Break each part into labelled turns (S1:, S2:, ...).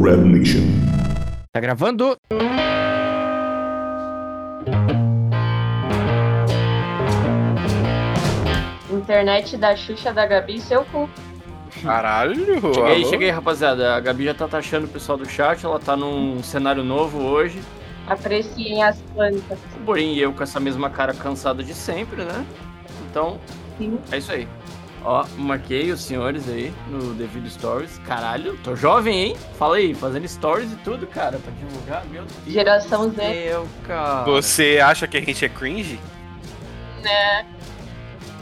S1: Red Nation.
S2: Tá gravando?
S3: Internet da Xuxa da Gabi, seu cu.
S4: Caralho!
S5: Cheguei,
S4: alô?
S5: cheguei, rapaziada. A Gabi já tá taxando o pessoal do chat, ela tá num cenário novo hoje.
S3: Apreciem as plantas.
S5: O Borim e eu com essa mesma cara cansada de sempre, né? Então,
S3: Sim.
S5: é isso aí. Ó, marquei os senhores aí no devido Stories. Caralho, tô jovem, hein? Fala aí, fazendo stories e tudo, cara, pra divulgar, meu Deus.
S3: Geração
S5: do
S3: Z.
S5: céu, cara.
S4: Você acha que a gente é cringe?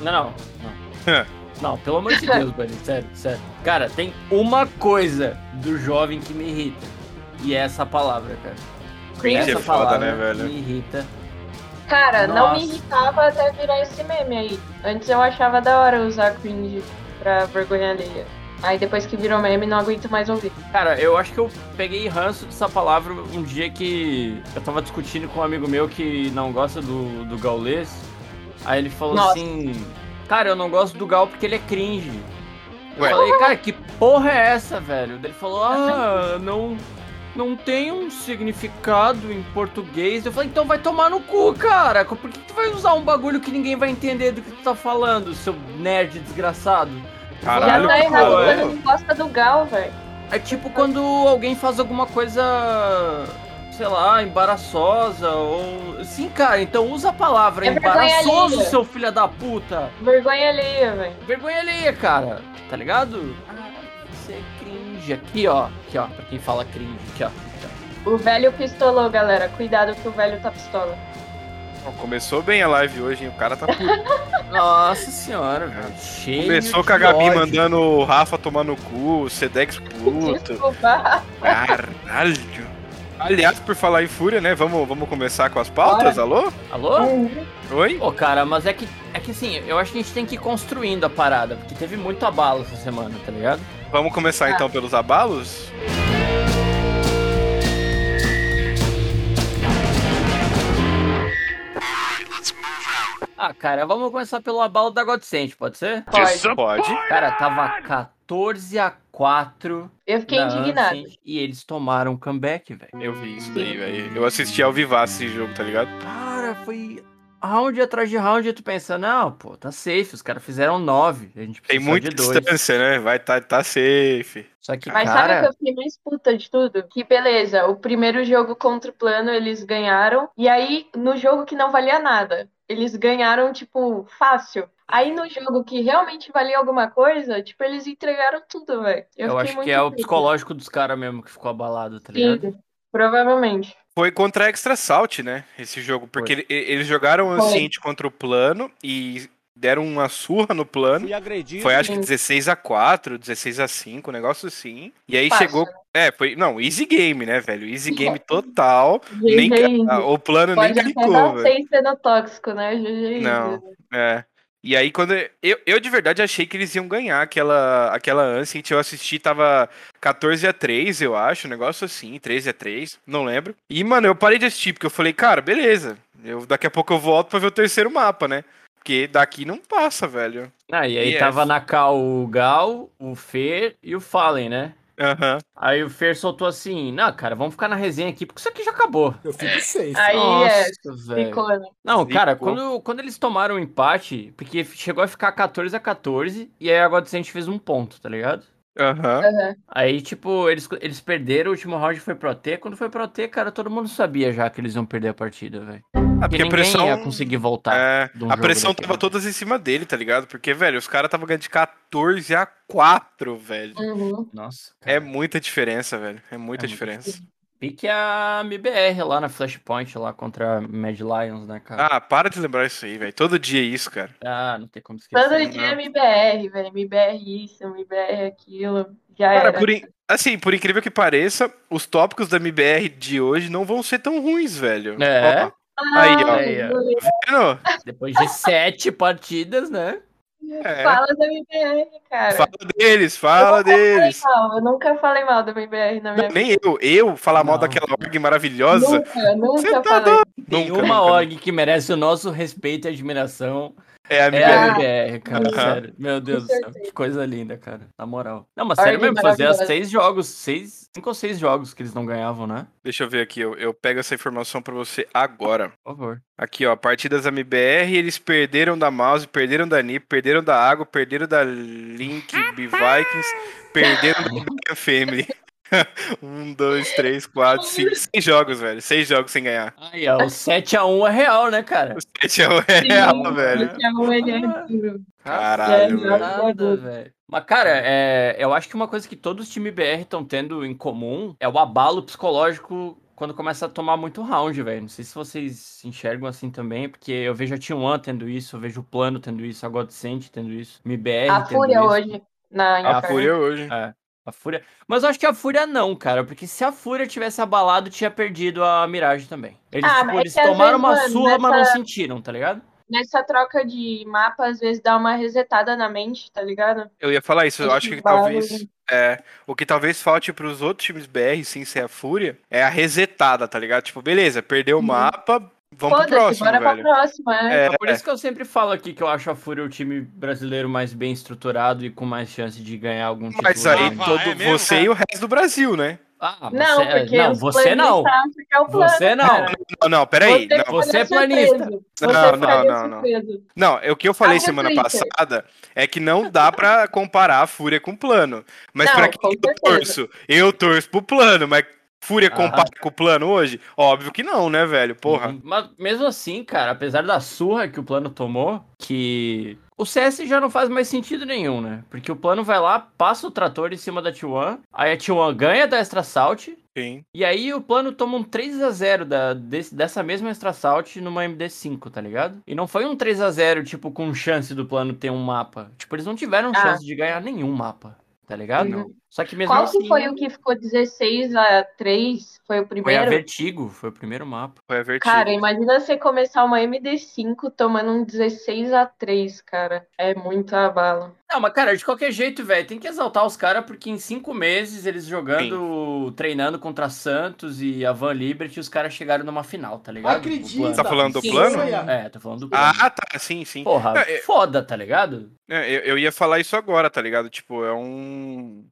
S5: Não, não. Não, Não, pelo amor de Deus, Bunny, sério, sério. Cara, tem uma coisa do jovem que me irrita. E é essa palavra, cara.
S4: Cringe
S5: essa
S4: é foda, né,
S5: palavra
S4: velho?
S5: Me irrita.
S3: Cara, não me
S5: Nossa.
S3: irritava até virar esse meme aí. Antes eu achava da hora usar cringe pra vergonha alheia. Aí depois que virou meme, não aguento mais ouvir.
S5: Cara, eu acho que eu peguei ranço dessa palavra um dia que eu tava discutindo com um amigo meu que não gosta do, do gaulês. Aí ele falou
S3: Nossa.
S5: assim: Cara, eu não gosto do gal porque ele é cringe. Eu
S4: Ué.
S5: falei, cara, que porra é essa, velho? Daí Ele falou: Ah, não, não tem um significado em português. Eu falei: Então vai tomar no cu, cara. Por que tu vai usar um bagulho que ninguém vai entender do que tu tá falando, seu nerd desgraçado?
S4: Caralho,
S3: Já tá
S4: que
S3: errado
S4: falou,
S3: quando
S4: hein?
S3: não gosta do Gal, velho.
S5: É tipo quando alguém faz alguma coisa, sei lá, embaraçosa ou. Sim, cara, então usa a palavra
S3: É vergonha
S5: embaraçoso,
S3: alheia.
S5: seu filho da puta.
S3: Vergonha alheia, velho.
S5: Vergonha alheia, cara. Tá ligado? Ah, você é cringe. Aqui, ó. Aqui, ó. Pra quem fala cringe, aqui, ó.
S3: O velho pistolou, galera. Cuidado que o velho tá pistola.
S4: Bom, Começou bem a live hoje, hein? O cara tá puto.
S5: Nossa senhora, velho. Cheio
S4: Começou
S5: de
S4: com a Gabi
S5: ódio.
S4: mandando o Rafa tomar no cu, o Sedex puto.
S3: Desculpa.
S4: Caralho. Aliás, por falar em fúria, né? Vamos, vamos começar com as pautas? Alô?
S5: Alô?
S4: Oi?
S5: Ô, cara, mas é que. É que assim, eu acho que a gente tem que ir construindo a parada, porque teve muito abalo essa semana, tá ligado?
S4: Vamos começar então pelos abalos?
S5: Ah, cara, vamos começar pelo abalo da Godsend, pode ser?
S3: Pode.
S4: Pode.
S5: Cara, tava 14 a 4
S3: Eu fiquei
S5: da
S3: indignada.
S5: Ansen, e eles tomaram um comeback, velho.
S4: Eu vi isso daí, velho. Eu assisti ao vivaço esse jogo, tá ligado?
S5: Cara, foi round atrás de round e tu pensa, não, pô, tá safe, os caras fizeram 9, a
S4: Tem
S5: gente precisa só
S4: muita
S5: de dois.
S4: distância, né? Vai tá, tá safe.
S5: Só que,
S3: Mas sabe o que
S5: cara,
S3: eu fiquei mais puta de tudo? Que beleza, o primeiro jogo contra o plano eles ganharam, e aí no jogo que não valia nada, eles ganharam, tipo, fácil. Aí no jogo que realmente valia alguma coisa, tipo, eles entregaram tudo, velho.
S5: eu,
S3: Eu, fiquei
S5: acho
S3: muito
S5: que é o
S3: puta.
S5: psicológico dos caras mesmo que ficou abalado, tá ligado?
S3: Sim, provavelmente.
S4: Foi contra a Extra Salt, né? Esse jogo. Porque ele- e- eles jogaram o
S3: Foi.
S4: Ancient contra o plano e deram uma surra no plano.
S6: Fui agredido.
S4: Foi acho que
S3: Sim.
S4: 16 a 4 16 a 5 um negócio assim. E aí
S3: Fácil,
S4: chegou. É, foi. Não, easy game, né, velho? Easy game total.
S3: GG
S4: nem,
S3: ainda.
S4: ah, o plano
S3: Pode
S4: nem
S3: até dar
S4: clicou, velho.
S3: sem sendo tóxico, né? GG
S4: Não.
S3: ainda.
S4: É. E aí, quando. Eu, eu de verdade achei que eles iam ganhar aquela, aquela Ancient. Eu assisti, tava 14 a 3 eu acho, um negócio assim, 13 a 3 não lembro. E, mano, eu parei de assistir, porque eu falei, cara, beleza. Eu, daqui a pouco eu volto pra ver o terceiro mapa, né? Porque daqui não passa, velho.
S5: Ah, e aí
S4: Yes.
S5: tava na cal o Gal, o Fer e o Fallen, né?
S4: Aham.
S5: Aí o Fer soltou assim, não, cara, vamos ficar na resenha aqui, porque isso aqui já acabou.
S6: Eu fico safe.
S3: Aí é,
S5: velho.
S3: ficou, né?
S5: Não,
S4: Zico.
S5: cara, quando, quando eles tomaram o empate, porque chegou a ficar 14 a 14 e aí a God Saint fez um ponto, tá ligado? É,
S4: Aham. Ah,
S3: Aham.
S5: Aí, tipo, eles, eles perderam, o último round foi pro AT. Quando foi pro AT, cara, todo mundo sabia já que eles iam perder a partida, velho.
S4: Ah,
S5: Porque
S4: porque a
S5: ninguém
S4: pressão.
S5: ia conseguir voltar.
S4: É,
S5: de um
S4: a
S5: jogo
S4: pressão
S5: daquele.
S4: tava todas em cima dele, tá ligado? Porque, velho, os caras tava ganhando de 14 a 4 velho.
S3: Uhum.
S5: Nossa.
S4: É
S5: Cara.
S4: muita diferença, velho. É muita
S5: É muita
S4: diferença.
S5: Pique a MBR lá na Flashpoint, lá contra a Mad Lions, né, cara?
S4: Ah, para de lembrar isso aí, velho. Todo dia é isso, cara.
S5: Ah, não tem como esquecer.
S3: Todo dia é MBR, velho. MBR isso, MBR aquilo. Já
S5: É.
S4: Cara,
S3: era. Ah,
S4: por in- assim, por incrível que pareça, os tópicos da MBR de hoje não vão ser tão ruins, velho.
S5: É.
S4: Ó, aí, ó.
S5: Aí, ó.
S4: Mano,
S5: Depois de sete partidas, né?
S4: é,
S3: Fala da MBR, cara.
S4: fala deles, fala deles.
S3: Não, eu nunca falei mal do MBR na minha
S4: Não, nem eu, eu falar mal
S5: Não.
S4: daquela org
S3: vida.
S4: maravilhosa.
S3: Nunca,
S4: Você
S3: nunca
S4: tá
S3: falei.
S4: doido.
S5: Tem
S4: Nunca,
S5: uma
S4: nunca.
S5: org que merece o nosso respeito e admiração.
S4: É a
S5: É
S4: MBR.
S5: a MBR, cara,
S4: Aham.
S5: sério. Meu Deus do céu,
S3: certeza.
S5: que coisa linda, cara. Na moral. Não, mas
S3: Ordem
S5: sério mesmo, fazia
S3: maravilhosa.
S5: seis jogos, seis, cinco ou seis jogos que eles não ganhavam, né?
S4: Deixa eu ver aqui, eu, eu pego essa informação pra você agora.
S5: Por favor.
S4: Aqui, ó, partidas da MBR, eles perderam da Mouse, perderam da Nip, perderam da Água, perderam da Link, B-Vikings, perderam da Brian Family. um, dois, três, quatro, cinco, seis jogos, velho. Seis jogos sem ganhar.
S5: Aí, ó, o 7x1 é real, né, cara?
S4: Esse é o real, velho.
S3: Esse é um elenco.
S4: Caralho,
S3: É,
S4: velho.
S5: Nada, velho. Mas, cara, é, eu acho que uma coisa que todos os times BR estão tendo em comum é o abalo psicológico quando começa a tomar muito round, velho. Não sei se vocês enxergam assim também, porque eu vejo a T1 tendo isso, eu vejo o Plano tendo isso, a Godsent tendo isso, o MBR
S3: A
S5: tendo
S3: Fúria
S5: isso.
S3: hoje. Na
S4: É, A
S3: Inferno.
S4: fúria hoje.
S5: A Fúria. Mas eu acho que a Fúria não, cara, porque se a Fúria tivesse abalado, tinha perdido a Mirage também. Eles,
S3: Ah,
S5: tipo,
S3: mas é
S5: eles
S3: que às
S5: tomaram
S3: vezes,
S5: uma
S3: mano,
S5: surra, mas não
S3: nessa-
S5: sentiram, tá ligado?
S3: Nessa troca de mapa, às vezes dá uma resetada na mente, tá ligado? Tipo,
S4: Eu ia falar isso, eu acho que
S3: Esses barulhos.
S4: talvez. É, o que talvez falte pros outros times BR, sem ser a Fúria, é a resetada, tá ligado? Tipo, beleza, perdeu o
S3: Uhum.
S4: mapa, vamos pro
S3: Foda-se,
S4: próximo,
S3: bora pra
S4: velho.
S3: próxima. É.
S4: É,
S5: É por isso que eu sempre falo aqui que eu acho a Fúria o time brasileiro mais bem estruturado e com mais chance de ganhar algum título.
S4: mas aí tá.
S5: né?
S1: Ah,
S4: todo,
S1: é mesmo,
S4: você
S1: cara?
S4: e o resto do Brasil, né?
S5: Ah, você,
S3: Não, porque
S5: não,
S3: os
S5: você não.
S3: planistas acham que é o plano,
S5: Você não.
S3: cara.
S4: Não, não, peraí.
S3: Você
S4: Não,
S5: Você é
S3: ficaria
S5: planista.
S3: surpreso.
S4: Não,
S3: Você
S4: não,
S3: ficaria
S4: não, não.
S3: surpreso.
S4: não, é o que eu falei
S3: Ah,
S4: semana
S3: Twitter.
S4: passada é que não dá pra comparar a Fúria com o plano. Mas
S3: Não,
S4: pra quem
S3: com
S4: eu
S3: certeza.
S4: torço? Eu torço pro plano, mas Fúria
S5: Ah.
S4: compara com o plano hoje? Óbvio que não, né, velho? Porra.
S5: Mas mesmo assim, cara, apesar da surra que o plano tomou, que o CS já não faz mais sentido nenhum, né? Porque o plano vai lá, passa o trator em cima da T1, aí a T1 ganha da Extra Salt,
S4: Sim.
S5: e aí o plano toma um 3x0 da, desse- dessa mesma Extra Salt numa MD5, tá ligado? E não foi um 3x0, tipo, com chance do plano ter um mapa. Tipo, eles não tiveram
S3: Ah.
S5: chance de ganhar nenhum mapa, tá ligado?
S3: Uhum.
S5: Só que mesmo
S3: Qual
S5: assim...
S3: que foi o que ficou 16 a 3? Foi o
S5: Foi a
S3: primeiro?
S5: Vertigo, foi o primeiro mapa.
S4: Foi a vertigo.
S3: Cara, imagina você começar uma MD5 tomando um 16 a 3, cara. É muita bala.
S5: Não, mas cara, de qualquer jeito, velho, tem que exaltar os caras, porque em cinco meses eles jogando, treinando contra Santos e a Van Liberty, os caras chegaram numa final, tá ligado?
S1: Acredita.
S4: Tá falando do
S1: Sim,
S4: plano?
S1: olha.
S5: É, tô falando do plano.
S4: Ah, tá, sim, sim.
S5: Porra,
S4: É, é-
S5: foda, tá ligado?
S4: É, Eu, eu ia falar isso agora, tá ligado? Tipo, é um.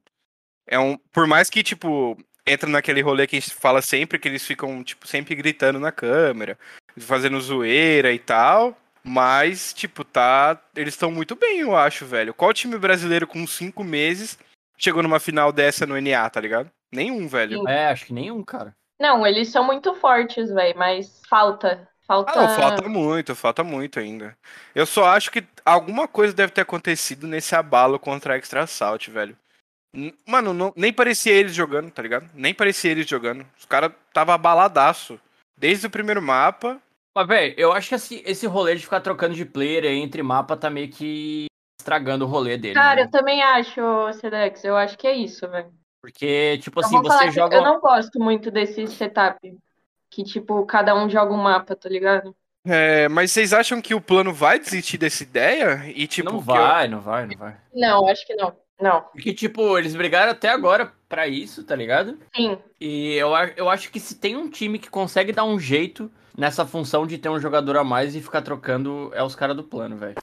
S4: É um. Por mais que, tipo, entra naquele rolê que a gente fala sempre, que eles ficam, tipo, sempre gritando na câmera, fazendo zoeira e tal. Mas, tipo, tá. Eles estão muito bem, eu acho, velho. Qual time brasileiro com cinco meses chegou numa final dessa no NA, tá ligado? Nenhum, velho.
S3: Sim.
S5: É, acho que nenhum, cara.
S3: Não, eles são muito fortes, velho, mas falta. Falta.
S4: Ah, não, falta muito, falta muito ainda. Eu só acho que alguma coisa deve ter acontecido nesse abalo contra a Extra Salt, velho. N- Mano, não- nem parecia eles jogando, tá ligado? Nem parecia eles jogando. Os caras tava abaladaço. Desde o primeiro mapa.
S5: Mas, velho, eu acho que esse, esse rolê de ficar trocando de player aí entre mapa tá meio que estragando o rolê dele.
S3: Cara,
S5: né?
S3: eu também acho, ô, Sedex. Eu acho que é isso, velho.
S5: Porque, tipo
S3: Eu
S5: assim,
S3: vou falar
S5: você
S3: que
S5: joga.
S3: Eu não gosto muito desse setup. Que, tipo, cada um joga um mapa, tá ligado?
S4: É, mas vocês acham que o plano vai desistir dessa ideia? E tipo,
S5: não
S4: que eu-
S5: vai, não vai, não vai.
S3: Não, acho que não. Não.
S5: Porque, tipo, eles brigaram até agora pra isso, tá ligado?
S3: Sim.
S5: E eu, a- eu acho que se tem um time que consegue dar um jeito nessa função de ter um jogador a mais e ficar trocando, é os caras do plano, velho.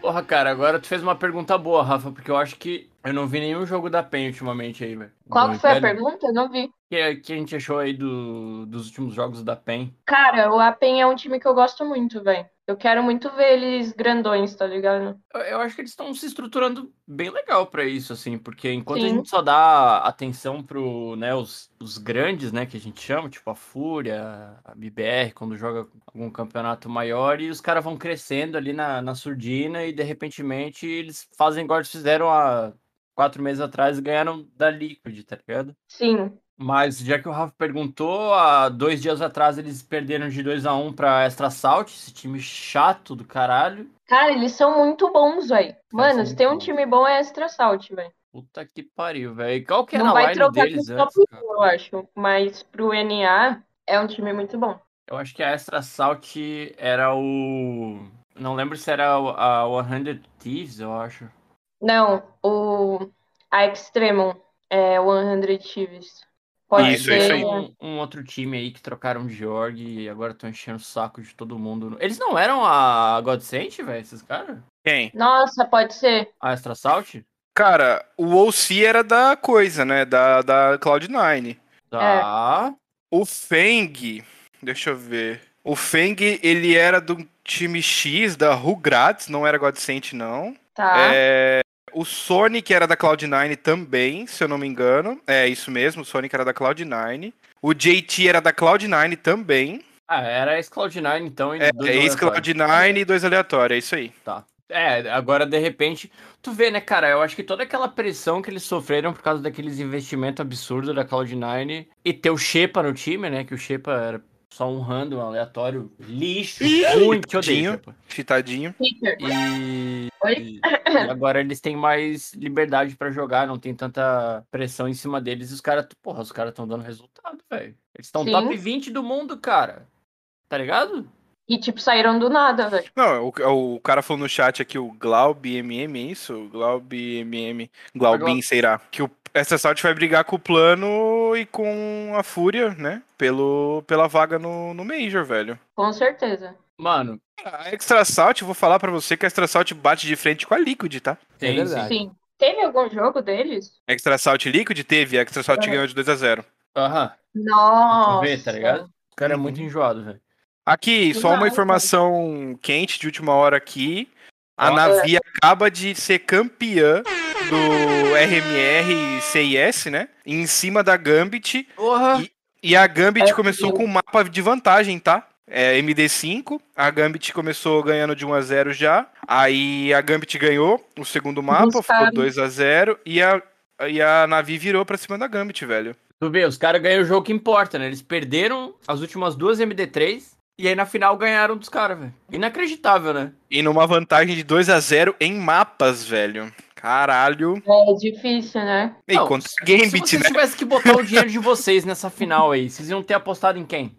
S5: Porra, cara, agora tu fez uma pergunta boa, Rafa, porque eu acho que eu não vi nenhum jogo da PEN ultimamente aí, velho.
S3: Qual
S5: Do
S3: que foi a
S5: Império.
S3: pergunta? Eu não vi.
S5: Que, que a gente achou aí do- dos últimos jogos da PEN?
S3: Cara, o Apen é um time que eu gosto muito, velho. Eu quero muito ver eles grandões, tá ligado?
S5: Eu, eu acho que eles estão se estruturando bem legal pra isso, assim, porque enquanto a
S3: Sim.
S5: gente só dá atenção pro, né, os, os grandes, né, que a gente chama, tipo a Fúria, a BBR, quando joga algum campeonato maior, e os caras vão crescendo ali na, na surdina e de repentemente eles fazem igual eles fizeram há quatro meses atrás e ganharam da Liquid, tá ligado?
S3: Sim.
S5: Mas já que o Rafa perguntou, há dois dias atrás eles perderam de 2 a 1 pra Extra Salt, esse time chato do caralho.
S3: Cara, eles são muito bons, velho. Mano,
S5: são
S3: se tem um
S5: muito
S3: time bom é Extra Salt, velho.
S5: Puta que pariu, velho. E Qual que era
S3: Não
S5: a
S3: vai
S5: line
S3: trocar
S5: deles
S3: com o
S5: antes,
S3: top 1,
S5: cara?
S3: eu acho. Mas pro NA é um time muito bom.
S5: Eu acho que a Extra Salt era o... Não lembro se era o- a 100 Thieves, eu acho.
S3: Não, o a Extremum é 100 Thieves. Pode
S4: Isso,
S3: ser.
S4: é isso aí.
S5: Um, um outro time aí que trocaram de org e agora estão enchendo o saco de todo mundo. Eles não eram a Godsent, velho, esses caras?
S4: Quem?
S3: Nossa, pode ser.
S5: A Astra
S3: É.
S5: Salt?
S4: Cara, o OC era da coisa, né? Da, da Cloud9.
S5: Tá.
S4: O Feng, deixa eu ver. O Feng, ele era do time X, da Rugrats, não era Godsent, não.
S3: Tá.
S4: É, o Sonic era da Cloud9 também, se eu não me engano. É isso mesmo, o Sonic era da Cloud9. O JT era da Cloud9 também.
S5: Ah, era ex-Cloud9, então. e
S4: É,
S5: dois
S4: é
S5: aleatórios.
S4: ex-Cloud9 e dois aleatórios, é isso aí.
S5: É, agora de repente, tu vê, né, cara? Eu acho que toda aquela pressão que eles sofreram por causa daqueles investimentos absurdos da Cloud9 e ter o Shepa no time, né? Que o Shepa era só um random aleatório lixo,
S4: Ih,
S5: ruim, que eu odeio.
S4: tadinho.
S5: Shepa.
S4: Chitadinho.
S3: Peter.
S5: E,
S3: Oi?
S5: e- e agora eles têm mais liberdade pra jogar, não tem tanta pressão em cima deles. E os caras, porra, os caras estão dando resultado, velho. Eles estão
S3: Sim.
S5: top 20 do mundo, cara. Tá ligado?
S3: E, tipo, saíram do nada, velho.
S4: Não, é o, o cara falou no chat aqui, o Glaub MM, é isso? Glaub MM, Glaubin, sei lá. Que o, essa sorte vai brigar com o plano e com a Fúria, né? Pelo, pela vaga no, no Major, velho.
S3: Com certeza.
S5: Mano,
S4: A Extra Salt, eu vou falar pra você que a Extra Salt bate de frente com a Liquid, tá?
S5: tem, sim.
S1: verdade.
S3: Sim. Teve algum jogo deles?
S4: Extra Salt Liquid teve, a Extra Salt ganhou de 2x0.
S5: Aham.
S3: Nossa.
S5: ver, tá ligado? O cara é muito
S4: Uhum.
S5: enjoado, velho.
S4: Aqui, só
S3: Não,
S4: uma informação quente de última hora aqui. A
S5: Ó.
S4: Navi acaba de ser campeã do RMR e CIS, né? Em cima da Gambit.
S5: Porra!
S4: E a Gambit
S3: É,
S4: começou
S3: eu-
S4: com um mapa de vantagem, tá? É MD5, a Gambit começou ganhando de 1 a 0 já. Aí a Gambit ganhou o segundo mapa,
S3: Buscaram.
S4: ficou 2 a 0 e a e a Navi virou pra cima da Gambit, velho.
S5: Tu vê, os caras ganham o jogo que importa, né? Eles perderam as últimas duas MD3 e aí na final ganharam dos caras, velho. Inacreditável, né?
S4: E numa vantagem de 2 a 0 em mapas, velho. Caralho.
S3: É difícil, né?
S4: E
S5: Não,
S4: contra a
S5: Se
S4: Gambit,
S5: você
S4: né?
S5: tivesse que botar o dinheiro de vocês nessa final aí, vocês iam ter apostado em quem?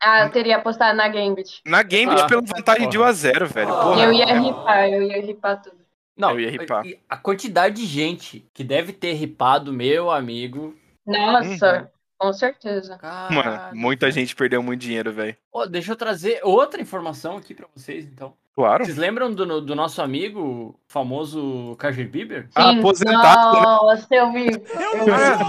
S3: Ah, eu teria apostado na Gambit.
S4: Na Gambit
S5: Ah,
S4: pela vantagem de 1 a 0 velho.
S5: Ah.
S4: Porra.
S3: eu ia ripar, eu ia ripar tudo.
S5: Não,
S4: Eu ia ripar.
S5: e- A quantidade de gente que deve ter ripado, meu amigo.
S3: Nossa, com certeza.
S5: Caralho.
S4: Mano, muita gente perdeu muito dinheiro, velho.
S5: Ó, deixa eu trazer outra informação aqui pra vocês, então.
S4: Claro.
S5: Vocês lembram do, do nosso amigo, o famoso Kajir Bieber?
S3: Sim,
S4: Tá Aposentado, né?
S3: Nossa, eu vi. Eu vi.
S4: Ah.
S5: Cara,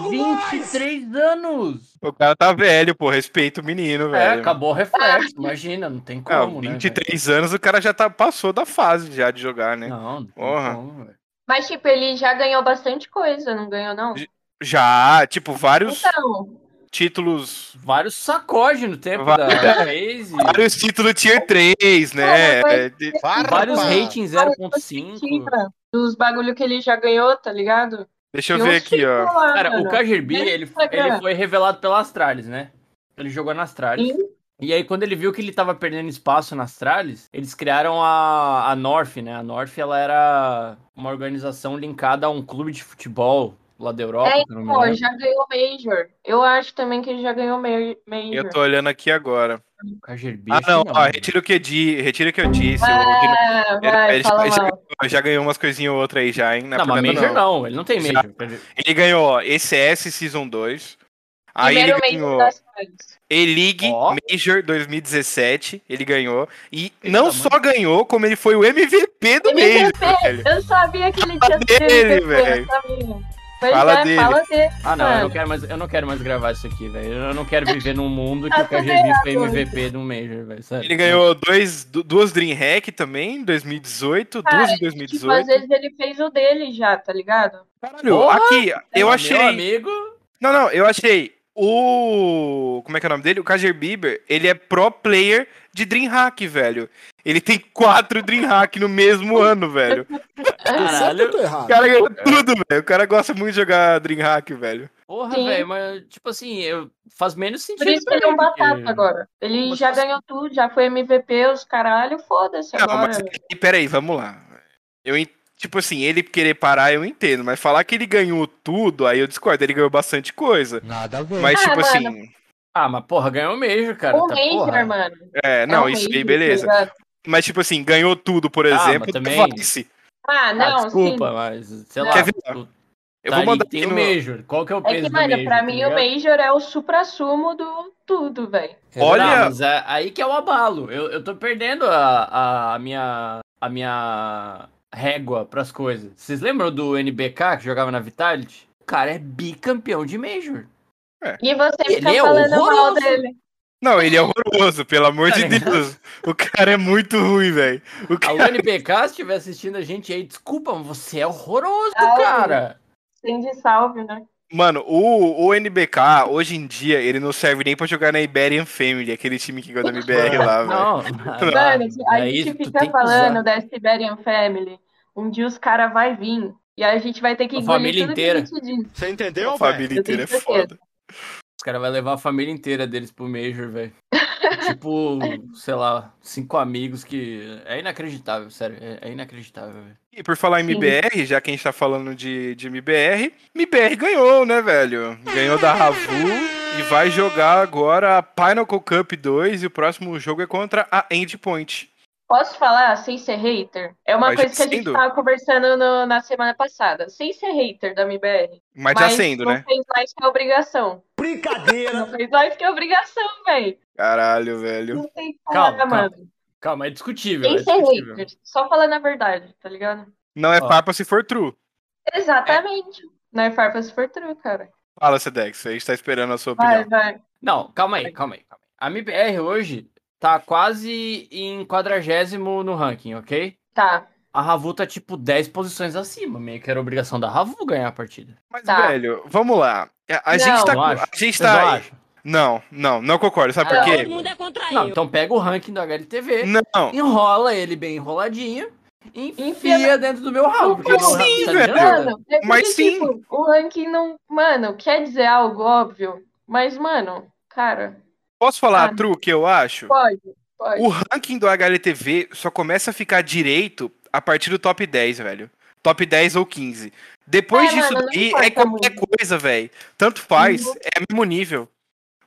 S5: 23 anos!
S4: O cara tá velho, pô. Respeita o menino,
S5: É,
S4: velho.
S5: acabou o reflexo, imagina, não tem
S4: Ah,
S5: como, né?
S4: 23 anos o cara já tá, passou da fase já de jogar,
S5: velho?
S4: né?
S5: Não, não tem
S4: Porra.
S5: como, velho.
S3: Mas, tipo, ele já ganhou bastante coisa, não ganhou, não?
S4: Já, tipo, vários
S3: Então,
S4: títulos.
S5: Vários sacode no tempo
S4: Va-
S5: da da Phase,
S4: Vários títulos tier 3, né?
S3: Ah, mas-
S4: É, de-
S1: Para,
S5: vários
S1: rapaz.
S5: rating
S3: tira
S5: 0.5.
S3: dos bagulho que ele já ganhou, tá ligado?
S4: Deixa eu
S3: Tem
S4: ver
S3: uns
S4: aqui, ó.
S3: títulos lá,
S5: Cara, o
S3: mano.
S5: Kajir B,
S3: Vem
S5: ele,
S3: pra cá.
S5: ele foi revelado pela Astralis, né? Ele jogou na Astralis.
S3: Sim.
S5: E aí, quando ele viu que ele tava perdendo espaço na Astralis, eles criaram a, a North, né? A North, ela era uma organização linkada a um clube de futebol lá da Europa,
S3: É,
S5: se não me
S3: Pô,
S5: engano.
S3: já ganhou Major. Eu acho também que ele já ganhou ma- Major.
S4: Eu tô olhando aqui agora.
S5: O Kajir B,
S4: Ah, não,
S5: acho que
S4: ó, retira o que eu disse. Retira o que eu disse. o Dino-
S3: Ah, vai,
S4: ele-
S3: fala
S4: ele-
S3: mal.
S4: já ganhou umas coisinhas ou outra aí já, hein? Na
S5: Não, mas
S4: primeira,
S5: Major
S4: né? não.
S5: não. ele não tem
S4: Já.
S5: Major.
S4: Ele ganhou, ó, ECS Season 2. Aí
S3: Primeiro
S4: ele
S3: Major
S4: ganhou.
S3: das coisas.
S4: E-League
S5: Ó.
S4: Major 2017, ele ganhou. E
S5: Ele
S4: não
S5: tá
S4: só ganhou, como ele foi o MVP do Major,
S3: MVP,
S4: velho.
S3: Eu sabia que ele tinha
S4: dele,
S3: sido,
S4: velho.
S3: Eu sabia. Pois
S4: Fala
S3: é,
S4: dele.
S3: fala dele.
S5: Ah, não, eu não,
S3: Mano.
S5: quero mais, eu não quero mais gravar isso aqui, velho. Eu não quero viver num mundo que
S3: Tá
S5: o KGB
S3: superado
S5: foi MVP de um Major, velho. sério.
S4: Ele ganhou dois, du- duas Dreamhack também, em 2018,
S3: Cara,
S4: duas em
S3: Tipo, às
S4: 2018.
S3: vezes ele fez o dele já, tá ligado?
S4: Caralho,
S5: Porra!
S4: aqui, eu
S5: Meu
S4: achei.
S5: amigo.
S4: Não, não, eu achei. O. Como é que é o nome dele? O Kajer Bieber, ele é pro player de Dreamhack, velho. Ele tem quatro Dreamhack no mesmo ano, velho. Ah,
S1: Tô certo ou
S5: Caralho.
S1: tô
S4: O
S1: errado?
S4: cara ganhou tudo, velho. O cara gosta muito de jogar Dreamhack, velho.
S5: Porra,
S3: Sim.
S5: velho, mas, tipo assim, eu- faz menos sentido.
S3: Por isso que
S5: pra
S3: ele é um
S5: mim, porque-
S3: batata agora. Ele
S5: Mas
S3: já
S5: você-
S3: ganhou tudo, já foi MVP, os caralho, foda-se
S4: Não,
S3: agora.
S4: mas E peraí, vamos lá. Eu, en- tipo assim, ele querer parar, eu entendo, mas falar que ele ganhou tudo, aí eu discordo. Ele ganhou bastante coisa.
S1: Nada a ver.
S4: Mas,
S3: Ah,
S4: tipo
S3: mano.
S4: assim.
S5: Ah, mas porra, ganhou o Major, cara.
S3: o
S5: tá,
S3: Major,
S5: porra.
S3: mano.
S4: É,
S3: É
S4: não,
S3: um
S4: isso aí,
S3: Major,
S4: beleza.
S3: tá ligado?
S4: Mas, tipo assim, ganhou tudo, por
S5: Ah,
S4: exemplo, então
S5: mas
S4: do
S5: também-
S4: Vice.
S3: Ah,
S5: Ah,
S3: não,
S5: desculpa,
S3: sim.
S5: mas sei
S3: Não.
S5: lá.
S4: Quer ver?
S5: tu-
S4: Eu
S5: Tá,
S4: vou
S5: ali
S4: mandar
S5: tem
S4: aqui
S5: o
S4: no-
S5: Major. Qual que é o peso
S3: É que,
S5: do
S3: mano,
S5: Major?
S3: pra
S5: tá
S3: mim o
S5: ligado?
S3: Major é o supra-sumo do tudo, velho.
S1: É
S4: Olha-
S1: verdade.
S5: Tá, mas é- aí que é o abalo. Eu, eu tô perdendo a, a, a minha a minha régua pras coisas. Vocês lembram do NBK que jogava na Vitality? O cara é bicampeão de Major.
S3: E você
S5: Ele
S3: fica
S5: é
S3: falando mal
S5: horroroso.
S3: dele.
S4: Não, ele é horroroso, pelo amor de Deus. O cara é muito ruim, velho. O
S5: A
S4: cara...
S5: UNBK, se estiver assistindo a gente aí, desculpa, mas você é horroroso,
S3: Ah,
S5: cara.
S3: Tem de salve, né?
S4: Mano, o, o NBK, hoje em dia, ele não serve nem pra jogar na Iberian Family, aquele time que ganhou da MBR lá, velho.
S5: Não,
S3: Mano, a
S5: é
S3: gente
S5: isso, tu
S3: fica
S5: tem que
S3: falando
S5: usar.
S3: da Siberian Family. Um dia os caras vai vir. E a gente vai ter que
S5: A
S3: engolir
S5: família
S3: tudo
S5: inteira.
S3: que a gente diz.
S1: Você entendeu,
S4: A
S1: velho?
S4: família
S3: Eu tenho
S4: inteira é
S3: certeza.
S4: foda.
S5: Os caras vão levar a família inteira deles pro Major, velho. tipo, sei lá, cinco amigos que. É inacreditável, sério. É, é inacreditável, velho.
S4: E por falar em
S3: Sim.
S4: MBR, já que a gente tá falando de, de MBR, MBR ganhou, né, velho? Ganhou da Ravu e vai jogar agora a Pinnacle Cup 2 e o próximo jogo é contra a Endpoint.
S3: Posso falar sem ser hater? É uma
S4: Mas
S3: coisa que a gente
S4: sendo.
S3: tava conversando no- na semana passada. Sem ser hater da MBR.
S4: Mas,
S3: Mas
S4: já sendo,
S3: não
S4: né?
S3: fez mais que a obrigação.
S1: Brincadeira!
S3: Não fez mais que a obrigação, velho.
S4: Caralho, velho.
S3: Não tem o que falar,
S5: Calma, calma.
S3: mano.
S5: Calma, é discutível.
S3: Sem
S5: É
S3: ser
S5: discutível.
S3: hater. Só falando a verdade, tá ligado?
S4: Não é
S5: Ó.
S4: papa se for true.
S3: Exatamente. Não é farpas for true, cara.
S4: Fala, Sedex, a gente tá esperando a sua
S3: Vai,
S4: opinião.
S3: vai.
S5: Não, calma aí, calma aí, calma aí. A MBR hoje tá quase em quadragésimo no ranking, ok?
S3: Tá.
S5: A Ravu tá tipo 10 posições acima. Meio que era obrigação da Ravu ganhar a partida.
S4: Mas,
S3: Tá.
S4: velho, vamos lá. A, a
S3: Não,
S4: gente tá.
S5: eu acho.
S4: A gente
S5: Vocês não
S4: tá.
S5: acham?
S4: Não, não, não concordo. Sabe
S3: Ah,
S4: por quê?
S6: Todo mundo é contra
S5: Não,
S6: eu.
S5: então pega o ranking do HLTV.
S4: Não.
S5: enrola ele bem enroladinho, enfia,
S3: Enfia
S5: dentro do meu rabo. porque
S3: Mas
S5: meu rabo
S4: sim,
S5: tá
S4: assim, velho.
S5: adiantado.
S3: Mano, é porque,
S4: Mas sim.
S3: tipo, o ranking não. Mano, quer dizer algo óbvio, mas, mano, cara,
S4: Posso falar
S3: Ah.
S4: a true que eu acho?
S3: pode, pode.
S4: O ranking do HLTV só começa a ficar direito a partir do top 10, velho. Top 10 ou 15. Depois
S3: É,
S4: disso
S3: mano, não
S4: daí
S3: importa
S4: é qualquer coisa, velho. Tanto faz,
S3: Uhum.
S4: é o mesmo nível.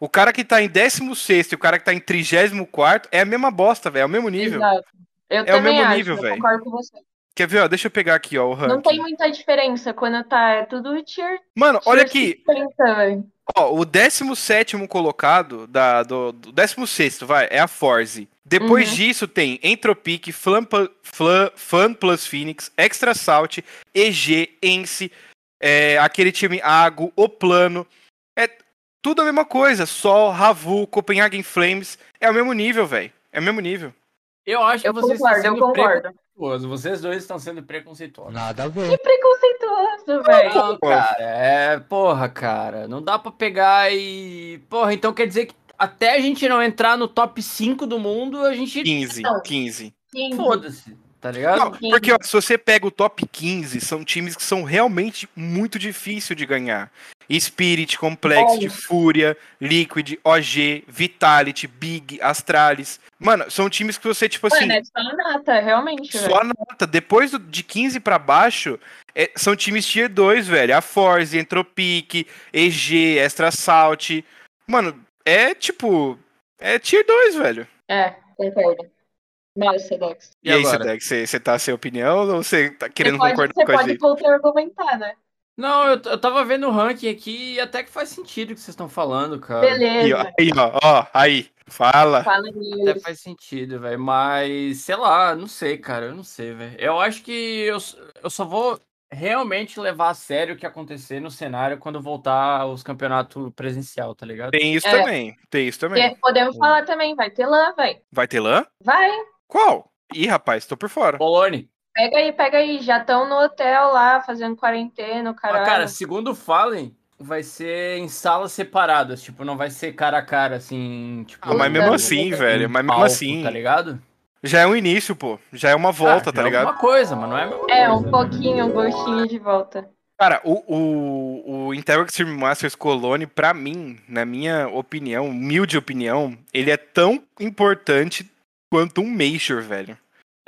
S4: O cara que tá em 16 e o cara que tá em 34 é a mesma bosta, velho. É o mesmo nível.
S3: Exato. Eu
S4: É o
S3: também
S4: mesmo
S3: acho,
S4: nível,
S3: eu
S4: velho.
S3: concordo com você.
S4: Quer ver, ó? Deixa eu pegar aqui, ó, o ranking.
S3: Não tem muita diferença quando tá é tudo tier.
S4: Mano, olha
S3: tier
S4: aqui.
S3: 50, velho.
S4: Ó, o 17 colocado, da, do, do 16, vai, é a Forze. Depois
S3: Uhum.
S4: disso tem Entropic, Flan, Pla- Flan, Fan Plus Phoenix, Extra Salt, EG, Ence, é, aquele time Ago, O Plano. É tudo a mesma coisa. Sol, Ravu, Copenhagen Flames. É o mesmo nível, velho. É o mesmo nível.
S5: Eu acho que
S3: Eu
S5: vocês estão
S3: concordo, eu
S5: sendo
S3: concordo.
S5: preconceituosos. Vocês dois estão sendo preconceituosos.
S1: Nada a ver.
S3: Que preconceituoso, velho.
S5: Não, cara, é, porra, cara, não dá pra pegar e. Porra, então quer dizer que até a gente não entrar no top 5 do mundo, a gente.
S4: 15,
S3: Não.
S4: 15.
S3: Quem-
S5: Foda-se, tá
S4: Não,
S5: ligado?
S3: Sim.
S4: porque ó, se você pega o top 15, são times que são realmente muito difícil de ganhar. Spirit, Complexity, Fúria, Liquid, OG, Vitality, Big, Astralis. Mano, são times que você, tipo assim,
S3: Mano, é só nata, realmente, velho.
S4: só nota. Depois do- de 15 pra baixo, é- são times tier 2, velho. A Force, Entropic, EG, Extra Salt. Mano, é tipo. É tier 2, velho.
S3: É, concordo. Nossa, Dex.
S4: E, aí,
S5: agora?
S4: Sedex, você, você tá sem opinião ou você tá
S3: Você
S4: querendo
S3: pode,
S4: concordar
S3: você
S4: com a
S3: pode
S4: gente?
S3: contra-argumentar, né?
S5: Não, eu, eu tava vendo o ranking aqui e até que faz sentido o que vocês estão falando, cara.
S4: Aí, Ah, ó, É
S3: Beleza,
S4: aí, ó, ó, aí. Fala.
S3: fala
S5: Até
S3: nisso.
S5: faz sentido, velho. Mas, sei lá, não sei, cara. Eu não sei, velho. Eu acho que eu, s- eu só vou realmente levar a sério o que acontecer no cenário quando voltar os campeonatos presencial, tá ligado?
S4: Tem isso
S3: É.
S4: também. Tem isso também.
S5: É.
S3: Porque Podemos falar também, vai ter lã, velho.
S4: Vai ter lã?
S3: Vai,
S4: Qual? Ih, rapaz, tô por fora.
S5: Bolone.
S3: pega aí, pega aí. Já estão no hotel lá, fazendo quarentena, o
S5: Mas,
S3: caralho.
S5: cara, segundo Fallen, vai ser em salas separadas. Tipo, não vai ser cara a cara, assim. Tipo,
S4: Ah, mas mesmo assim,
S5: em
S4: velho. Mas mesmo
S5: palco,
S4: assim,
S5: Tá ligado?
S4: já é um início, pô. Já é uma volta,
S5: Ah,
S4: tá
S5: é
S4: ligado?
S5: Alguma coisa, mas não é a mesma
S3: É,
S5: coisa,
S3: um
S5: né?
S3: pouquinho, um gostinho de volta.
S4: Cara, o, o, o Intel Extreme Masters Colony, pra mim, na minha opinião, humilde opinião, ele é tão importante quanto um Major, velho.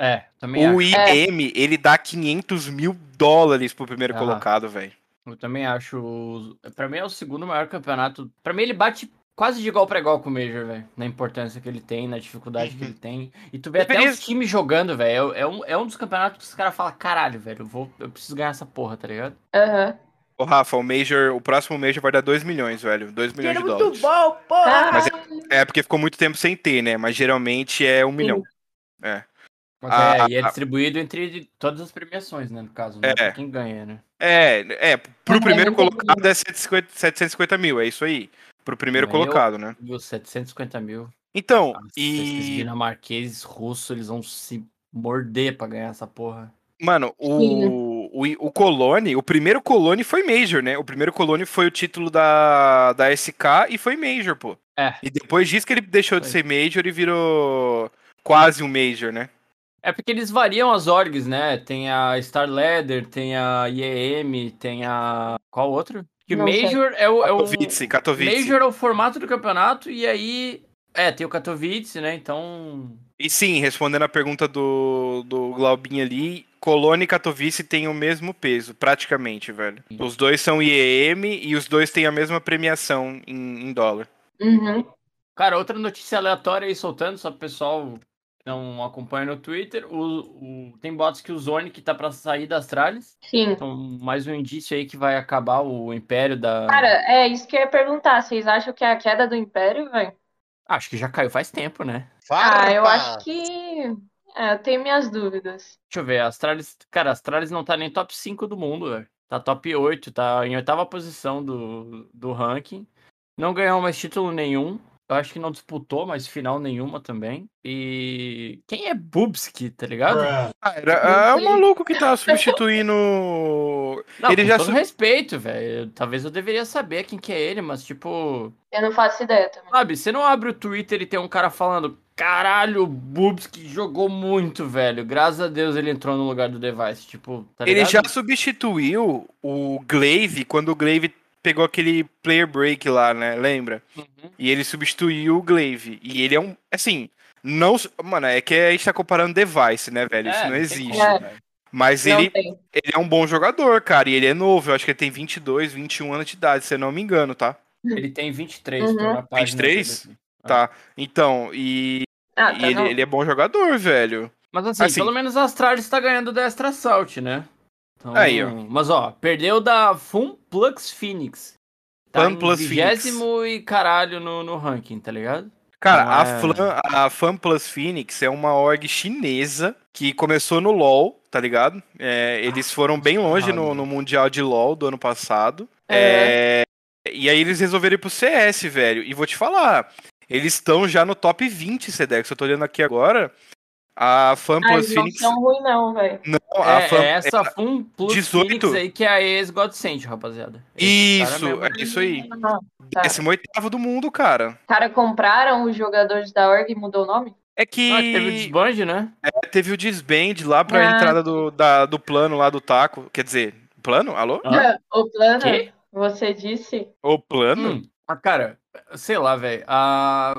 S5: É, também acho.
S4: O IM, ele dá 500 mil dólares pro primeiro
S5: Ah.
S4: colocado, velho.
S5: Eu também acho. os- Pra mim é o segundo maior campeonato. Pra mim ele bate quase de igual pra igual com o Major, velho. Na importância que ele tem, na dificuldade que ele tem. E tu vê até
S4: Deveria-
S5: os times jogando, velho. É, é um, é um dos campeonatos que os caras falam, caralho, velho, eu, vou- eu preciso ganhar essa porra, tá ligado?
S3: Aham.
S4: Ô, Rafa, o Major, o próximo Major vai dar 2 milhões, velho. 2 milhões
S1: Dinheiro
S4: de
S1: muito
S4: dólares.
S1: bom, pô!
S3: Ah,
S4: Mas É, porque ficou muito tempo sem ter, né? Mas geralmente é 1 um milhão.
S5: Mas
S4: Ah,
S5: é, e é distribuído entre todas as premiações, né? No caso, né?
S4: É.
S5: Pra quem ganha, né?
S4: É, é, pro
S3: Ah,
S4: primeiro
S3: eu entendi.
S4: colocado é 750, 750 mil, é isso aí. Pro primeiro
S5: Eu-
S4: colocado, né?
S5: E os 750 mil.
S4: Então,
S5: Esses
S4: e.
S5: dinamarqueses russos, eles vão se morder pra ganhar essa porra.
S4: Mano, o, o, o Colone, o primeiro Colone foi Major, né? O primeiro Colone foi o título da, da SK e foi Major, pô.
S5: É.
S4: E depois disso que ele deixou de
S5: Foi.
S4: ser Major e virou quase um Major, né?
S5: É porque eles variam as orgs, né? Tem a Star Leather, tem a IEM, tem a. Qual outro? Que
S3: Não sei.
S5: Major é o. É o...
S4: Katowice, Katowice.
S5: Major é o formato do campeonato e aí. É, tem o Katowice, né? Então.
S4: E sim, respondendo a pergunta do, do Glaubinho ali, Colônia e Katowice têm o mesmo peso, praticamente, velho.
S5: Sim.
S4: Os dois são IEM e os dois têm a mesma premiação em, em dólar.
S3: uhum.
S5: Cara, outra notícia aleatória aí soltando, só pro pessoal que não acompanha no Twitter. O, o- Tem bots que o Zone que tá pra sair das tralhas.
S3: Sim.
S5: Então, mais um indício aí que vai acabar o império da.
S3: Cara, é isso que eu ia perguntar. Vocês acham que é a queda do Império, velho?
S5: Ah, Acho que já caiu faz tempo, né?
S1: Farpa!
S3: Ah, eu acho que. É, eu tenho minhas dúvidas.
S5: Deixa eu ver, a Astralis. Cara, a Astralis não tá nem top 5 do mundo, velho. Tá top 8, tá em oitava posição do, do ranking. Não ganhou mais título nenhum. Eu acho que não disputou mais final nenhuma também. E. Quem é Bubski, tá ligado?
S4: Ah, era, ah, é o
S3: Não sei.
S4: maluco que tá substituindo.
S5: Não,
S4: Ele
S5: com
S4: já
S5: todo
S4: su-
S5: respeito, velho. Talvez eu deveria saber quem que é ele, mas tipo.
S3: Eu não faço ideia também.
S5: Sabe, você não abre o Twitter e tem um cara falando. Caralho, o Bubski jogou muito, velho. Graças a Deus ele entrou no lugar do device. Tipo, tá
S4: Ele
S5: ligado?
S4: já substituiu o Glaive quando o Glaive pegou aquele player break lá, né? Lembra?
S5: Uhum.
S4: E ele substituiu o Glaive. E ele é um. Assim, não. Mano, é que a gente tá comparando device, né, velho? Isso
S5: É,
S4: não
S5: tem
S4: existe. né?
S5: como,
S3: É.
S5: velho.
S4: Mas
S3: não
S4: ele,
S3: tem.
S4: ele é um bom jogador, cara. E ele é novo. Eu acho que ele tem 22, 21 anos de idade, se eu não me engano, tá?
S5: Ele tem 23,
S3: Uhum.
S5: tô na página
S4: 23?
S5: dele aqui.
S4: Tá. Então, e,
S3: Ah,
S4: e
S3: tá.
S4: ele,
S3: não.
S4: ele é bom jogador, velho.
S5: Mas assim,
S4: Assim.
S5: pelo menos a Astralis tá ganhando da Extra Assault, né? Então,
S4: Aí, ó.
S5: Mas ó, perdeu da Funplux Phoenix. Tá em
S4: Funplux Phoenix.
S5: vigésimo e caralho no, no ranking, tá ligado?
S4: Cara, a,
S5: Ah.
S4: Flan, a Fan Plus Phoenix é uma org chinesa que começou no LoL, tá ligado? É, eles foram bem longe no,
S5: Ah, errado.
S4: no Mundial de LoL do ano passado.
S3: É.
S4: E aí eles resolveram ir pro CS, velho. E vou te falar, eles estão já no top 20, Sedex. Eu tô olhando aqui agora. A Fan
S3: Ah,
S4: Plus
S3: eles não
S4: Phoenix.
S3: são ruins, não, velho.
S4: Não, a
S5: é,
S4: Fan-
S5: é essa Funplux
S4: 18.
S5: Phoenix aí que é a ex-God Sent, rapaziada. Esse cara
S4: Isso,
S5: mesmo.
S4: é isso aí.
S3: Ah, tá.
S4: 18 do mundo, cara.
S3: Cara, compraram os jogadores da org e mudou o nome?
S4: É que
S5: Ah, teve o desbande, né?
S4: teve o disband lá pra
S3: Ah.
S4: entrada do, da- do plano lá do taco. Quer dizer, plano? Alô?
S5: Ah.
S3: O plano,
S5: Quê?
S3: você disse?
S4: O plano?
S5: Hum, ah, cara, sei lá, velho. Ah,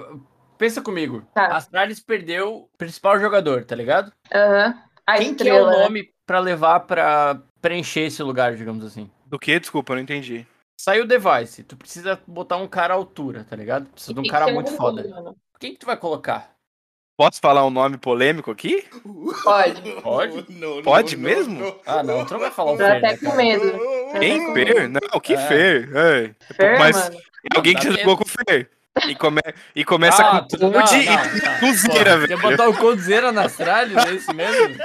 S5: pensa comigo.
S3: Tá.
S5: A Astralis perdeu o principal jogador, tá ligado?
S3: Aham. A
S5: Quem que é o
S3: estrela. né?
S5: nome pra levar pra preencher esse lugar, digamos assim?
S4: Do que? Desculpa, eu não entendi.
S5: Saiu o device, tu precisa botar um cara à altura, tá ligado? Precisa de um
S3: Tem que
S5: cara
S3: ser
S5: muito
S3: ruim,
S5: foda.
S3: mano.
S5: Quem que tu vai colocar?
S4: Posso falar um nome polêmico aqui?
S3: Pode.
S5: Pode?
S1: Não, não,
S4: Pode
S1: não,
S4: mesmo?
S1: não.
S5: Ah, não, tu não vai falar o
S3: Tô
S5: Fer,
S3: até
S5: né,
S3: com
S5: cara?
S3: medo.
S4: Quem?
S3: Não.
S4: Fer? Não, que
S5: É.
S4: Fer? É.
S3: Fer,
S4: Mas-
S3: mano.
S4: Alguém
S5: dá
S4: que já
S5: tempo.
S4: jogou com Fer. E, come... e começa
S5: Ah,
S4: com
S5: tu-
S4: Conde
S5: não,
S4: e
S5: não,
S4: termina
S5: tá.
S4: com Zera,
S5: Pô,
S4: velho.
S5: Quer botar o Condzeira na Astralis, é esse mesmo?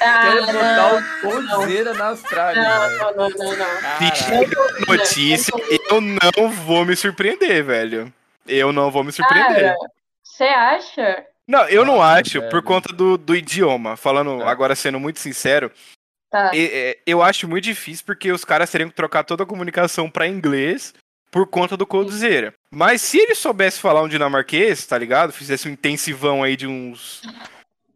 S3: Ah,
S5: Quer botar
S3: não,
S5: o Condzeira na Astralis, velho.
S3: não, não, não, não.
S5: Caralho.
S3: Não
S4: Notícia,
S3: combina.
S4: eu não vou me surpreender, velho. Eu não vou me surpreender.
S3: Cara, você acha?
S4: não, eu não
S5: Nossa,
S4: acho, por
S5: velho.
S4: conta do, do idioma. Falando,
S5: É.
S4: agora sendo muito sincero,
S3: Tá.
S4: E- é, eu acho muito difícil porque os caras teriam que trocar toda a comunicação pra inglês por conta do Coldzera. Mas se ele soubesse falar um dinamarquês, tá ligado? Fizesse um intensivão aí de uns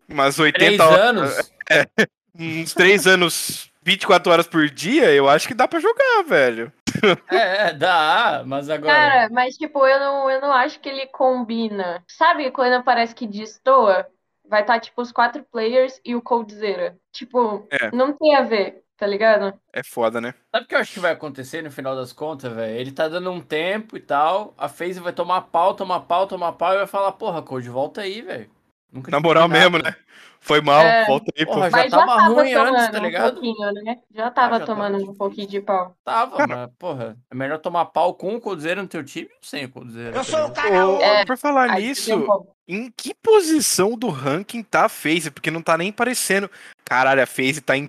S4: umas 80
S5: Três
S4: horas,
S5: anos?
S4: uns 3 anos, 24 horas por dia, eu acho que dá pra jogar, velho.
S5: É, é, dá, mas agora...
S3: Cara, mas tipo, eu não, eu não acho que ele combina. Sabe quando parece que destoa? Vai estar tipo os quatro players e o Coldzera. Tipo,
S4: É.
S3: não tem a ver, tá ligado?
S4: É foda, né?
S5: Sabe o que eu acho que vai acontecer no final das contas, velho? Ele tá dando um tempo e tal, a FaZe vai tomar pau, tomar pau, tomar pau e vai falar, porra, Code, volta aí, velho. Nunca
S4: Na
S5: te
S4: moral
S5: pedi
S4: mesmo,
S5: nada.
S4: né? Foi mal,
S3: É.
S4: volta aí, pô.
S5: Porra, já
S3: Mas já
S5: tava
S3: tava
S5: ruim antes,
S3: tomando
S5: tá
S3: um
S5: ligado?
S3: pouquinho, né? Já tava
S5: Ah, já
S3: tomando
S5: tava.
S3: um pouquinho de pau.
S5: Tava, mas, porra, é melhor tomar pau com o Coldzera no teu time ou sem o tá Coldzera? Eu sou o cara!
S4: Ô,
S3: É,
S4: por falar
S3: Aí
S4: nisso,
S3: deu um pouco.
S4: em que posição do ranking tá a FaZe? Porque não tá nem parecendo. Caralho, a FaZe tá em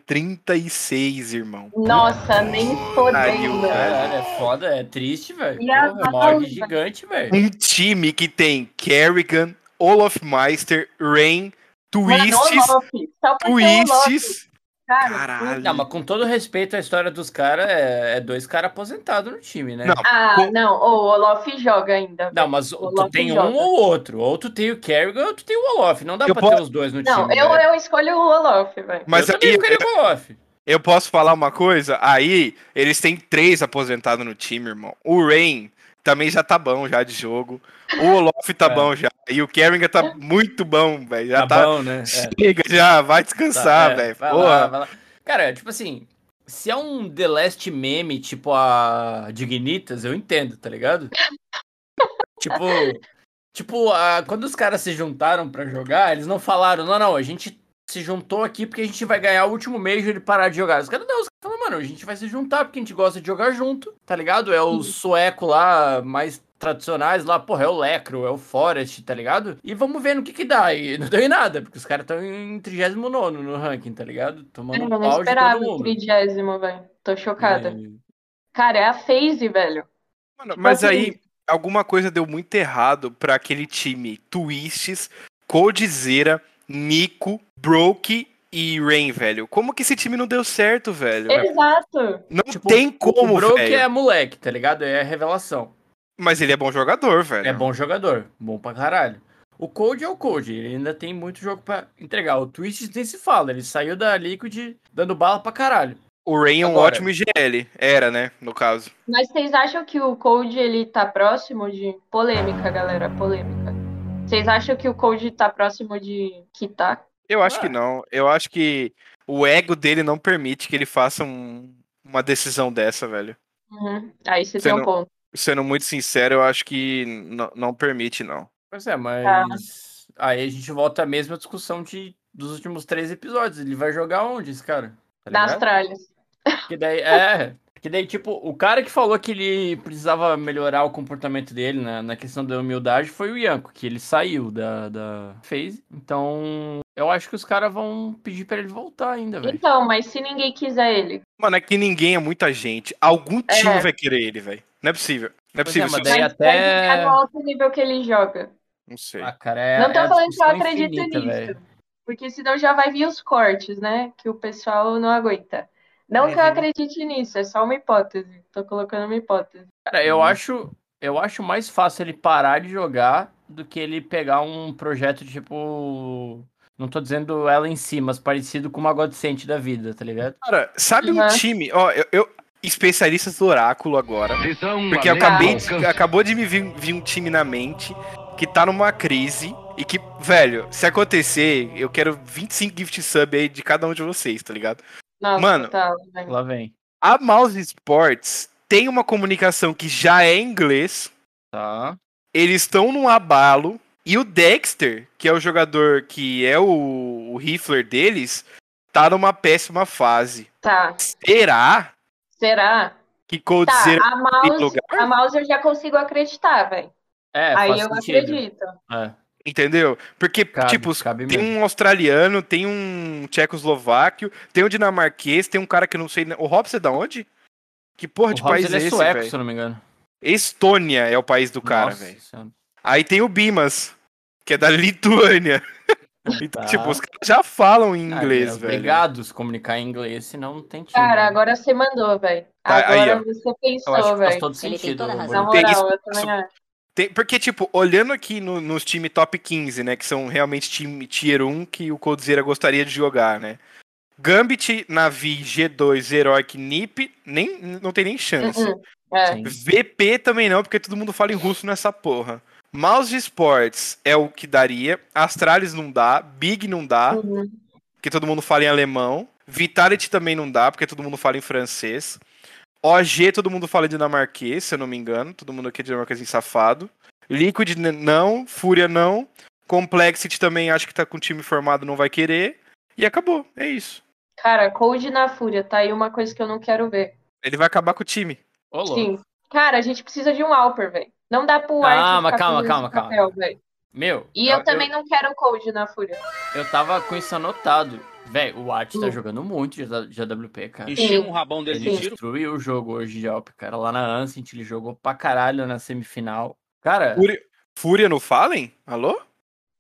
S4: 36, irmão.
S3: Nossa, nem
S4: Pariu,
S3: fodendo.
S4: cara.
S5: Caralho, é foda, é triste, velho.
S3: E a
S5: Porra, é uma org
S3: Valve?
S5: gigante, velho.
S4: Um time que tem Kerrigan, Olaf Meister, Rain,
S3: Mano,
S4: Twists,
S3: o Loki, só porque o Loki,
S4: Twists.
S3: cara.
S4: Caralho.
S5: Não, mas com todo respeito à história dos caras, é, é dois caras aposentados no time, né?
S4: Não.
S3: Ah,
S4: Com-
S3: não, o Olaf joga ainda.
S5: Não, mas
S3: O
S5: tu
S3: Olaf
S5: tem
S3: joga.
S5: um ou outro. Ou tu tem o Kerrigan ou tu tem o Olaf. Não dá
S4: Eu
S5: pra
S4: posso-
S5: ter os dois no
S3: Não,
S5: time.
S3: eu,
S5: velho.
S3: eu escolho o Olaf, velho.
S4: Mas
S5: eu também
S4: aí,
S5: ficaria com o Olaf.
S4: Eu posso falar uma coisa? Aí, eles têm três aposentados no time, irmão. O Rain também já tá bom já de jogo. O Olof tá
S5: É.
S4: bom já. E o Kerrigan tá muito bom, velho. Já
S5: Tá,
S4: tá.
S5: bom, né? É.
S4: Chega já, vai
S5: Tá,
S4: descansar,
S5: é,
S4: velho.
S5: vai
S4: Porra.
S5: lá, vai lá. Cara, tipo assim, se é um The Last meme, tipo a Dignitas, eu entendo, tá ligado? tipo, tipo a, quando os caras se juntaram pra jogar, eles não falaram, não, não, a gente se juntou aqui porque a gente vai ganhar o último mês e ele parar de jogar. Os caras não, os caras falaram, mano, a gente vai se juntar porque a gente gosta de jogar junto, tá ligado? É
S4: Uhum.
S5: o sueco lá, mais tradicionais lá, porra, é o Lecro, é o Forest, tá ligado? E vamos ver no que que dá. E não deu em nada, porque os caras estão em 39 no ranking, tá ligado? Tomando
S3: É, Eu
S5: um
S3: não
S5: pau de todo
S3: esperava o
S5: mundo. É,
S3: trigésimo, velho. Tô chocada.
S5: E-
S3: Cara, é a phase, velho.
S4: Mano, mas
S3: assim-
S4: aí, alguma coisa deu muito errado pra aquele time Twists, Coldzera, Nico, Broke e Rain, velho. Como que esse time não deu certo, velho?
S3: Exato.
S4: Não
S5: É, tipo,
S4: tem
S5: o
S4: como,
S5: Broke
S4: velho.
S5: é moleque, tá ligado? É revelação.
S4: Mas ele é bom jogador, velho.
S5: É bom jogador, bom pra caralho. O Cold é o Cold, ele ainda tem muito jogo pra entregar. O Twitch nem se fala, ele saiu da Liquid dando bala pra caralho.
S4: O Rain é um
S5: Agora-
S4: ótimo IGL. Era, né? No caso.
S3: Mas vocês acham que o Cold ele tá próximo de polêmica, galera, polêmica. Vocês acham que o Cold tá próximo de quitar?
S4: Eu acho
S5: Ah.
S4: que não. Eu acho que o ego dele não permite que ele faça um- uma decisão dessa, velho.
S3: Uhum. Aí você
S4: Você
S3: tem um
S4: não-
S3: ponto.
S4: Sendo muito sincero, eu acho que n- não permite, não.
S5: Pois é, mas
S3: Tá.
S5: aí a gente volta à mesma discussão de, dos últimos três episódios. Ele vai jogar onde, esse cara? Tá
S3: Nas
S5: ligado?
S3: tralhas.
S5: Que daí, é. Que daí, tipo, o cara que falou que ele precisava melhorar o comportamento dele na, na questão da humildade foi o Ianco, que ele saiu da, da phase. Então, eu acho que os caras vão pedir pra ele voltar ainda, velho.
S3: Então, mas se ninguém quiser ele.
S4: Mano, é que ninguém é muita gente. Algum
S3: É.
S4: time vai querer ele, velho. Não é possível. Não é
S5: Pois
S4: possível.
S5: é, mas
S4: seu-
S5: daí
S3: mas
S5: até-
S3: vai ficar no alto nível que ele joga.
S4: Não sei.
S5: Ah, cara, é.
S3: não tô
S5: é a
S3: falando que eu
S5: discussão
S3: acredito
S5: infinita,
S3: nisso.
S5: velho.
S3: Porque senão já vai vir os cortes, né? Que o pessoal não aguenta. Não
S5: É,
S3: que eu
S5: vem.
S3: acredite nisso, é só uma hipótese. Tô colocando uma hipótese.
S5: Cara, eu acho, eu acho mais fácil ele parar de jogar do que ele pegar um projeto tipo. Não tô dizendo ela em si, mas parecido com uma Godsent da vida, tá ligado?
S4: Cara, sabe um
S3: Uhum.
S4: time? Ó, eu, eu- Especialistas do Oráculo agora. Porque eu acabei de- acabou de me vir, vir um time na mente que tá numa crise e que, velho, se acontecer, eu quero 25 gift sub aí de cada um de vocês, tá ligado?
S3: Nossa,
S4: Mano,
S3: tá, velho.
S5: Lá vem.
S4: A Mouse Sports tem uma comunicação que já é em inglês,
S5: Tá.
S4: eles estão num abalo, e o Dexter, que é o jogador que é o, o rifler deles, tá numa péssima fase.
S3: Tá.
S4: Será
S3: Será?
S4: que Cold
S3: Tá,
S4: Zero
S3: a
S4: tem
S3: mouse,
S4: lugar?
S3: a mouse eu já consigo acreditar, velho.
S5: É,
S3: Aí
S5: faz
S3: eu
S5: sentido.
S3: acredito.
S5: É,
S4: Entendeu? Porque,
S5: cabe,
S4: tipo, os
S5: cabe
S4: Tem
S5: mesmo.
S4: um australiano, tem um tchecoslováquio, tem um dinamarquês, tem um cara que eu não sei. O Hobbs é da onde? Que porra
S5: O
S4: de
S5: Hobbs,
S4: país
S5: ele
S4: é
S5: é
S4: esse,
S5: sueco,
S4: velho?
S5: se eu não me engano.
S4: Estônia é o país do cara,
S5: Nossa é um
S4: velho.
S5: Senhora.
S4: Aí tem o Bimas, que é da Lituânia. Então,
S5: Tá.
S4: tipo, os caras já falam em
S5: Ah,
S4: inglês,
S5: é
S4: velho.
S5: Obrigado a se comunicar em inglês, senão não tem time.
S3: Cara,
S5: né?
S3: agora você mandou, velho.
S4: Uhum. Tá, aí,
S3: Agora
S4: ó.
S3: você
S5: Eu acho
S3: pensou,
S5: que faz
S3: velho.
S5: todo
S1: Ele tem
S5: sentido.
S1: toda a
S5: Rodrigo.
S3: Na
S1: razão.
S4: Tem
S3: moral, eu também acho.
S4: Tem- porque, tipo, olhando aqui no- nos times top 15, né? Que são realmente time tier 1 que o Coldzera gostaria de jogar, né? Gambit, Navi, G2, Heroic, Nip, nem, não tem nem chance.
S3: Uhum. É.
S5: Sim.
S4: VP também não, porque todo mundo fala em russo nessa porra. Mouse Sports é o que daria. Astralis não dá. Big não dá,
S3: Uhum.
S4: porque todo mundo fala em alemão. Vitality também não dá, porque todo mundo fala em francês. OG, todo mundo fala em dinamarquês, se eu não me engano. Todo mundo aqui é dinamarquês em safado. Liquid n- não. Fúria não. Complexity também acho que tá com o time formado, não vai querer. E acabou, é isso.
S3: Cara, Cold na Fúria, tá aí uma coisa que eu não quero ver.
S4: Ele vai acabar com o time.
S5: Ô, louco.
S3: Sim. Cara, a gente precisa de um Alper, velho. Não dá pro
S5: Calma,
S3: Arthur ficar
S5: calma,
S3: com
S5: calma,
S3: o papel, velho.
S5: Meu.
S3: E eu, também não quero o Cold na Fúria.
S5: Eu, tava com isso anotado. Véi, o Art tá
S3: Hum.
S5: jogando muito de JWP, cara.
S1: Encheu um rabão dele
S5: Ele
S1: de tiro.
S5: destruiu o jogo hoje de Alp, cara. Lá na Ancient, ele jogou pra caralho na semifinal. Cara,
S4: Fúria, Fúria no Fallen? Alô?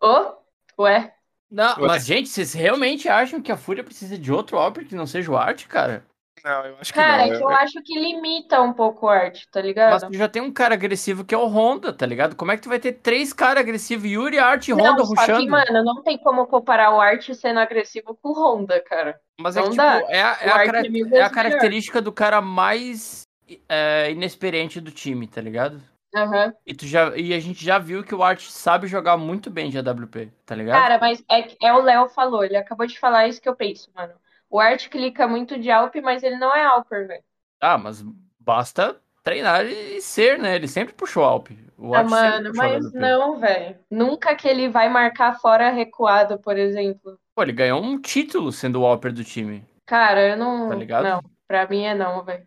S3: Ô? Ué?
S5: não,
S4: Ué.
S5: mas gente, vocês realmente acham que a Fúria precisa de outro Alp que não seja o Art, cara?
S4: Não, eu acho que
S3: Cara,
S4: não.
S3: é que
S4: eu-
S3: eu acho que limita um pouco o Art, tá
S5: Mas
S3: ligado?
S5: tu já tem um cara agressivo que é o Honda, tá ligado? Como é que tu vai ter três caras agressivos, Yuri, Art e Honda
S3: não, só que,
S5: ruxando?
S3: mano, não tem como comparar o Art sendo agressivo com o Honda, cara.
S5: Mas é que,
S3: não
S5: tipo,
S3: dá.
S5: é, a- é
S3: o
S5: a
S3: Art
S5: cara-
S3: é mil
S5: é
S3: vezes
S5: a característica do cara mais é, inexperiente do time, tá ligado?
S3: melhor. Aham.
S5: E, tu já, e a gente já viu que o Art sabe jogar muito bem de AWP, tá ligado?
S3: Cara, mas é, que- é o Léo falou, ele acabou de falar isso que eu penso, mano. O Art clica muito de Alp, mas ele não é Alper, velho.
S5: Ah, mas basta treinar e ser, né? Ele sempre puxou o Alp. O
S3: Ah,
S5: Alp sempre
S3: mano,
S5: puxou
S3: mas
S5: AWP.
S3: não, velho. Nunca que ele vai marcar fora recuado, por exemplo.
S5: Pô, ele ganhou um título sendo o Alper do time.
S3: Cara, eu não.
S5: Tá ligado?
S3: Não, pra mim é não, velho.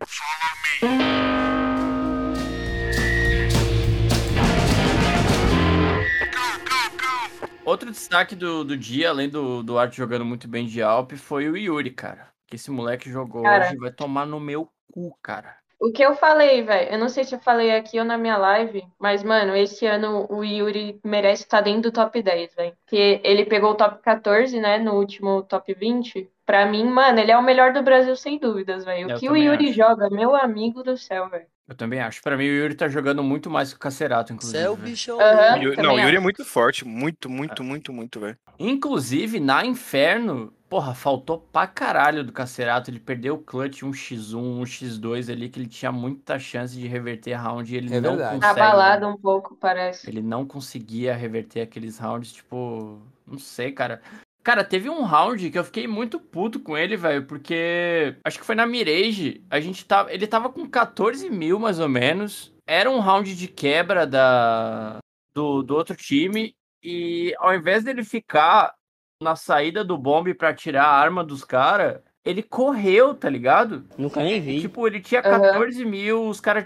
S5: Outro destaque do, do dia, além do, do Art jogando muito bem de Alp, foi o Yuri, cara. Que esse moleque jogou
S3: Cara.
S5: hoje vai tomar no meu cu, cara.
S3: O que eu falei, velho, eu não sei se eu falei aqui ou na minha live, mas, mano, esse ano o Yuri merece estar dentro do top 10, velho. Porque ele pegou o top 14, né, no último top 20. Pra mim, mano, ele é o melhor do Brasil, sem dúvidas, velho. O
S5: Eu
S3: que o
S5: também
S3: Yuri
S5: acho.
S3: joga, meu amigo do céu, velho.
S5: Eu também acho. Pra mim, o Yuri tá jogando muito mais que o Cacerato,
S1: Você
S5: inclusive. né?
S1: é o
S5: velho.
S1: bicho.
S3: Aham.
S4: Yuri-
S3: também
S4: não, o Yuri é
S3: acho.
S4: muito forte. Muito, muito, muito, muito, velho.
S5: Inclusive, na Inferno, porra, faltou pra caralho do Cacerato. Ele perdeu o clutch 1x1, 1x2 ali, que ele tinha muita chance de reverter round e ele
S1: É
S5: não
S1: verdade.
S5: consegue. né?
S3: Abalado um pouco, parece.
S5: Ele não conseguia reverter aqueles rounds, tipo. Não sei, cara. Cara, teve um round que eu fiquei muito puto com ele, velho, porque. Acho que foi na Mirage. A gente tava. Ele tava com 14 mil, mais ou menos. Era um round de quebra da. Do, do outro time. E ao invés dele ficar na saída do bombe pra tirar a arma dos caras, ele correu, tá ligado?
S1: Nunca nem vi.
S5: Tipo, ele tinha
S3: Aham.
S5: 14 mil, os caras.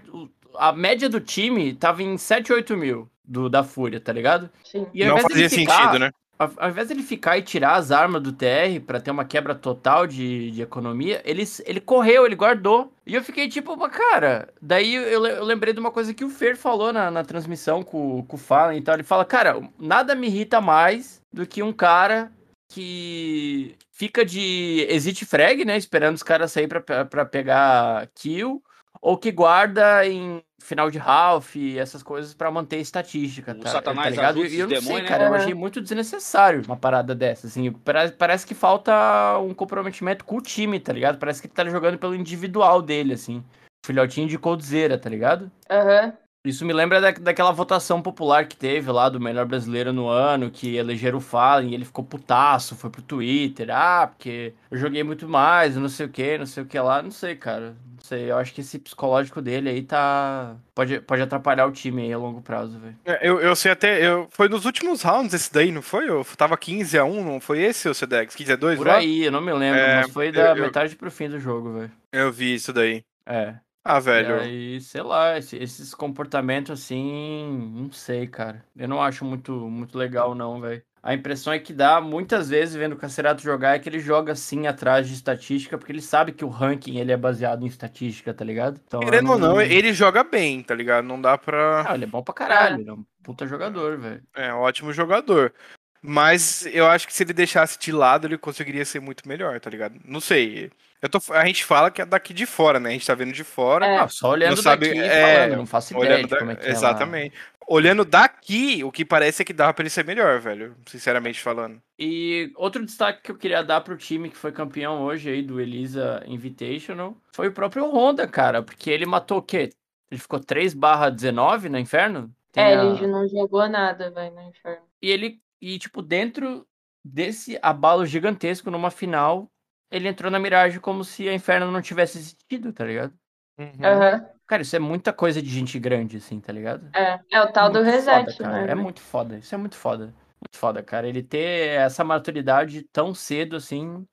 S5: A média do time tava em 7, 8 mil do, da Fúria, tá ligado?
S3: Sim.
S5: E ao
S4: não
S5: invés
S4: fazia
S5: dele ficar-
S4: sentido, né?
S5: ao- Ao invés dele ficar e tirar as armas do TR pra ter uma quebra total de, de economia, ele, s- ele correu, ele guardou. E eu fiquei tipo, "Mas, cara. Daí eu, le- eu lembrei de uma coisa que o Fer falou na, na transmissão com, com o Fallen e tal. Ele fala, cara, nada me irrita mais do que um cara que fica de exit frag, né? Esperando os caras sair pra, pe- pra pegar kill. Ou que guarda em final de half, essas coisas pra manter estatística,
S1: O
S5: tá,
S1: Satanás,
S5: tá ligado?
S1: adultos
S5: E eu
S1: e
S5: não sei,
S1: demônio, né?
S5: cara, eu
S3: Aham.
S5: achei muito desnecessário uma parada dessa, assim, pare- parece que falta um comprometimento com o time, tá ligado? Parece que ele tá jogando pelo individual dele, assim, filhotinho de coldzera, tá ligado?
S3: Aham.
S5: Isso me lembra da, daquela votação popular que teve lá do melhor brasileiro no ano, que elegeram o Fallen e ele ficou putaço, foi pro Twitter, ah, porque eu joguei muito mais, não sei o que, não sei o que lá, não sei, cara. Não sei, eu acho que esse psicológico dele aí tá. Pode, pode atrapalhar o time aí a longo prazo, velho.
S4: É, Eu, eu sei até. Eu, foi nos últimos rounds esse daí, não foi? Eu tava 15 a 1 não foi esse, o Sedex? 15 a 2
S5: Por
S4: lá?
S5: aí, eu não me lembro,
S4: É,
S5: mas foi da
S4: eu- eu-
S5: metade pro fim do jogo, velho.
S4: Eu vi isso daí.
S5: É.
S4: Ah,
S5: Velho.
S4: velho.
S5: E aí, sei lá, esse- esses comportamentos assim, não sei, cara. Eu não acho muito, muito legal, não, velho. A impressão é que dá, muitas vezes, vendo o Cacerato jogar, é que ele joga assim atrás de estatística, porque ele sabe que o ranking ele é baseado em estatística, tá ligado? Então, eu
S4: Querendo ou não, ele joga bem, tá ligado? Não dá pra.
S5: Ah, ele é bom pra caralho, ele é um puta jogador, velho.
S4: É um ótimo jogador. Mas eu acho que se ele deixasse de lado, ele conseguiria ser muito melhor, tá ligado? Não sei. Eu tô, a gente fala que é daqui de fora, né? A gente tá vendo de fora.
S3: É.
S5: Ah, só olhando
S4: sabe-
S5: daqui e
S4: é,
S5: falando, não faço ideia
S4: olhando
S5: de
S4: da-
S5: como é que é lá.
S4: Exatamente. Olhando daqui, o que parece é que dava pra ele ser melhor, velho. Sinceramente falando.
S5: E outro destaque que eu queria dar pro time que foi campeão hoje aí do Elisa Invitational foi o próprio Honda, cara, porque ele matou o quê? Ele ficou 3 barra 19 no inferno? Tem
S3: É,
S5: a-
S3: ele não jogou nada, velho, no inferno.
S5: E ele, e tipo, dentro desse abalo gigantesco numa final, ele entrou na Mirage como se a Inferno não tivesse existido, tá ligado?
S3: Aham.
S5: Cara, isso é muita coisa de gente grande, assim, tá ligado?
S3: É. É o tal do
S5: Muito
S3: reset,
S5: foda, cara.
S3: né?
S5: É muito foda, isso é muito foda. Muito foda, cara. Ele ter essa maturidade tão cedo, assim,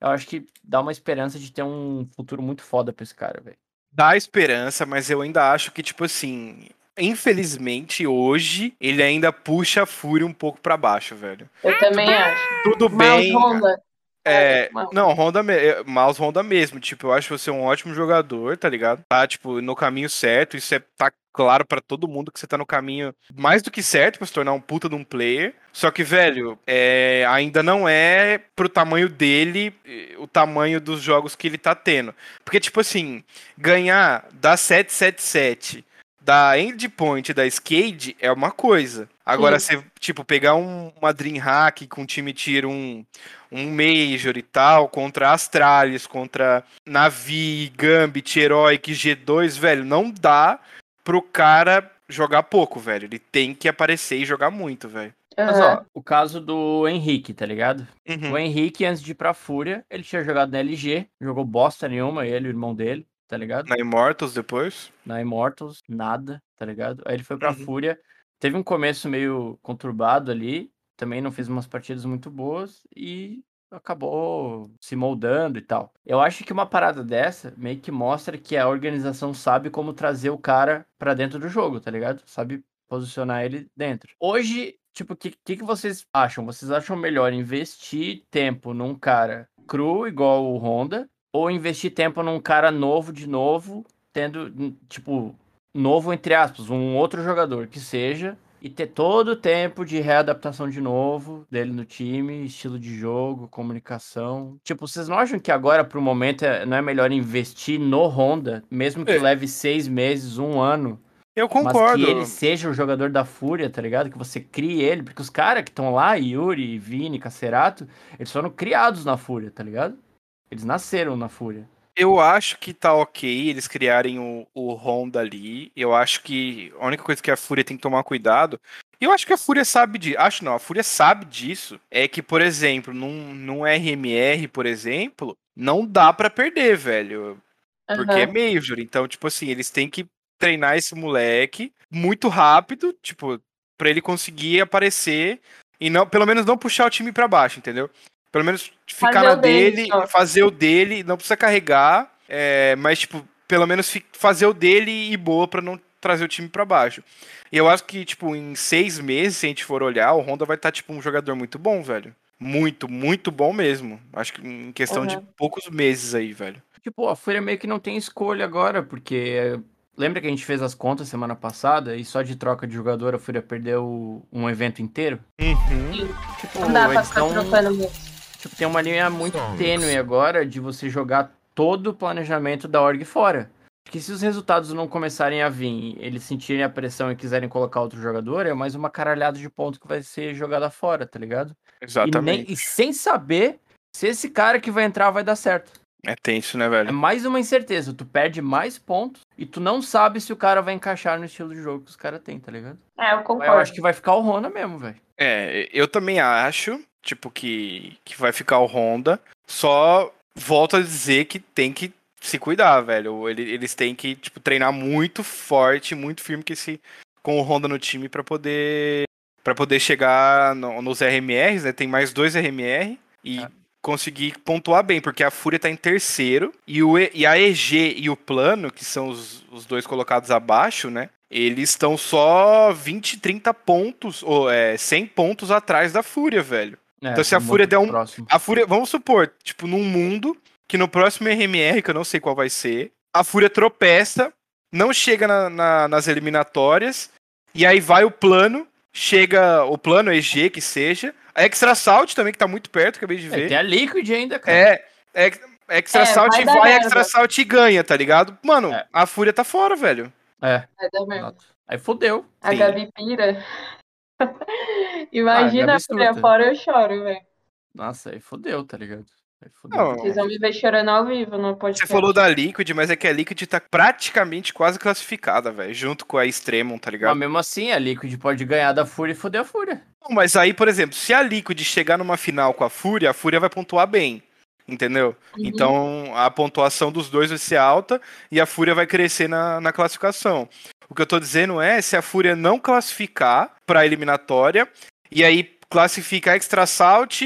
S5: eu acho que dá uma esperança de ter um futuro muito foda pra esse cara, velho.
S4: Dá esperança, mas eu ainda acho que, tipo assim. Infelizmente, hoje, ele ainda puxa a fúria um pouco pra baixo, velho.
S3: Eu também acho.
S4: Tudo
S3: Mas
S4: bem.
S3: Honda.
S4: É,
S3: Miles Honda.
S4: não, Honda, me- é, Miles Honda mesmo, tipo, eu acho você um ótimo jogador, tá ligado? Tá, tipo, no caminho certo, isso é, tá claro pra todo mundo que você tá no caminho mais do que certo pra se tornar um puta de um player. Só que, velho, é, ainda não é pro tamanho dele eh, o tamanho dos jogos que ele tá tendo. Porque, tipo assim, ganhar da 777 da Endpoint e da Skade é uma coisa. Agora, você, tipo, pegar um, uma Dreamhack com um time tier um, um Major e tal, contra Astralis, contra Navi, Gambit, Heroic, G2, velho, não dá pro cara jogar pouco, velho. Ele tem que aparecer e jogar muito, velho.
S5: Mas
S3: Aham.
S5: ó, o caso do Henrique, tá ligado? O
S4: Uhum.
S5: Henrique, antes de ir pra Fúria, ele tinha jogado na LG, jogou bosta nenhuma, ele e o irmão dele, tá ligado?
S4: Na Immortals depois.
S5: na Immortals, nada, tá ligado? Aí ele foi pra
S4: Uhum.
S5: Fúria, teve um começo meio conturbado ali, também não fez umas partidas muito boas e acabou se moldando e tal. Eu acho que uma parada dessa meio que mostra que a organização sabe como trazer o cara pra dentro do jogo, tá ligado? Sabe posicionar ele dentro. Hoje, tipo, o que, que, que vocês acham? Vocês acham melhor investir tempo num cara cru igual o Honda ou investir tempo num cara novo de novo tendo, n- tipo, novo, entre aspas, um outro jogador que seja, e ter todo o tempo de readaptação de novo dele no time, estilo de jogo, comunicação. Tipo, vocês não acham que agora, pro momento, é- não é melhor investir no Honda, mesmo que
S4: É.
S5: leve seis meses, um ano,
S4: Eu
S5: mas
S4: concordo.
S5: que ele seja o jogador da Fúria, tá ligado? Que você crie ele, porque os caras que estão lá, Yuri, Vini, Cacerato, eles foram criados na Fúria, tá ligado? Eles nasceram na Fúria.
S4: Eu acho que tá ok eles criarem o, o Honda ali. Eu acho que a única coisa que a Fúria tem que tomar cuidado. E eu acho que a Fúria sabe disso. Acho não, a Fúria sabe disso. É que, por exemplo, num, num RMR, por exemplo, não dá pra perder, velho. Porque é
S3: Aham.
S4: Major. Então, tipo assim, eles têm que treinar esse moleque muito rápido, tipo, pra ele conseguir aparecer e não, pelo menos não puxar o time pra baixo, entendeu? Pelo menos ficar
S3: Fazer
S4: na
S3: o dele,
S4: dele,
S3: só.
S4: fazer o dele, não precisa carregar, é, mas, tipo, pelo menos fi- fazer o dele e boa pra não trazer o time pra baixo. E eu acho que, tipo, em seis meses, se a gente for olhar, o Honda vai estar, tipo, um jogador muito bom, velho. Muito, muito bom mesmo. Acho que em questão de poucos meses aí, velho.
S5: Tipo, a Fúria meio que não tem escolha agora, porque eh, lembra que a gente fez as contas semana passada e só de troca de jogador a Fúria perdeu um evento inteiro?
S4: Uhum.
S5: Tipo,
S3: Não dá pra
S5: eles
S3: ficar
S5: tão-
S3: trocando muito. É,
S5: tipo, tem uma linha muito
S1: Songs.
S5: tênue agora de você jogar todo o planejamento da org fora. Porque se os resultados não começarem a vir, eles sentirem a pressão e quiserem colocar outro jogador, é mais uma caralhada de ponto que vai ser jogada fora, tá ligado? E,
S4: Exatamente.
S5: nem- e sem saber se esse cara que vai entrar vai dar certo.
S4: É tenso, né,
S5: É
S4: velho?
S5: mais uma incerteza, tu perde mais pontos e tu não sabe se o cara vai encaixar no estilo de jogo que os caras têm, tá ligado?
S3: É, eu
S5: Eu
S3: concordo.
S5: acho que vai ficar o Rona mesmo, velho.
S4: É, eu também acho, tipo, que, que vai ficar o Honda. Só volto a dizer que tem que se cuidar, velho. Ele- Eles têm que, tipo, treinar muito forte, muito firme que esse, com o Honda no time pra poder para poder chegar no- nos RMRs, né? Tem mais dois RMR e
S5: É.
S4: conseguir pontuar bem, porque a Fúria tá em terceiro e, o, E- e a EG e o Plano, que são os, os dois colocados abaixo, né? Eles estão só 20, 30 pontos, ou é, 100 pontos atrás da Fúria, velho.
S5: É,
S4: Então, se a
S5: muito
S4: Fúria der um-
S5: Próximo.
S4: A Fúria, vamos supor, tipo, num mundo que no próximo RMR, que eu não sei qual vai ser, a Fúria tropeça, não chega na- na- nas eliminatórias, e aí vai o plano, chega o plano EG que seja, a Extra Assault também, que tá muito perto, acabei de
S5: É,
S4: ver.
S5: tem a Liquid ainda, cara.
S4: É, é, é Extra
S3: É,
S4: Assault
S3: vai
S4: e
S3: dar
S4: vai,
S3: merda.
S4: Extra Assault e ganha, tá ligado? Mano,
S5: É.
S4: a Fúria tá fora, velho.
S5: É,
S3: Vai dar merda.
S5: exato. Aí fodeu.
S3: A
S4: Sim.
S3: Gabi pira. Imagina
S4: é
S3: a
S5: Ah, a Gabi
S3: Fúria
S5: surta.
S3: fora, eu choro, velho.
S5: Nossa, aí fodeu, tá ligado? Aí fodeu.
S4: Não,
S3: Vocês vão me ver chorando ao vivo, não pode
S4: É. Você falou da Liquid, mas é que a Liquid tá praticamente quase classificada, velho. Junto com a Extremum, tá ligado?
S5: Mas mesmo assim, a Liquid pode ganhar da Fúria e foder a Fúria.
S4: Não, mas aí, por exemplo, se a Liquid chegar numa final com a Fúria, a Fúria vai pontuar bem. Entendeu?
S3: Uhum.
S4: Então a pontuação dos dois vai ser alta e a Fúria vai crescer na, na classificação. O que eu tô dizendo é se a Fúria não classificar pra eliminatória e aí classificar extra salt,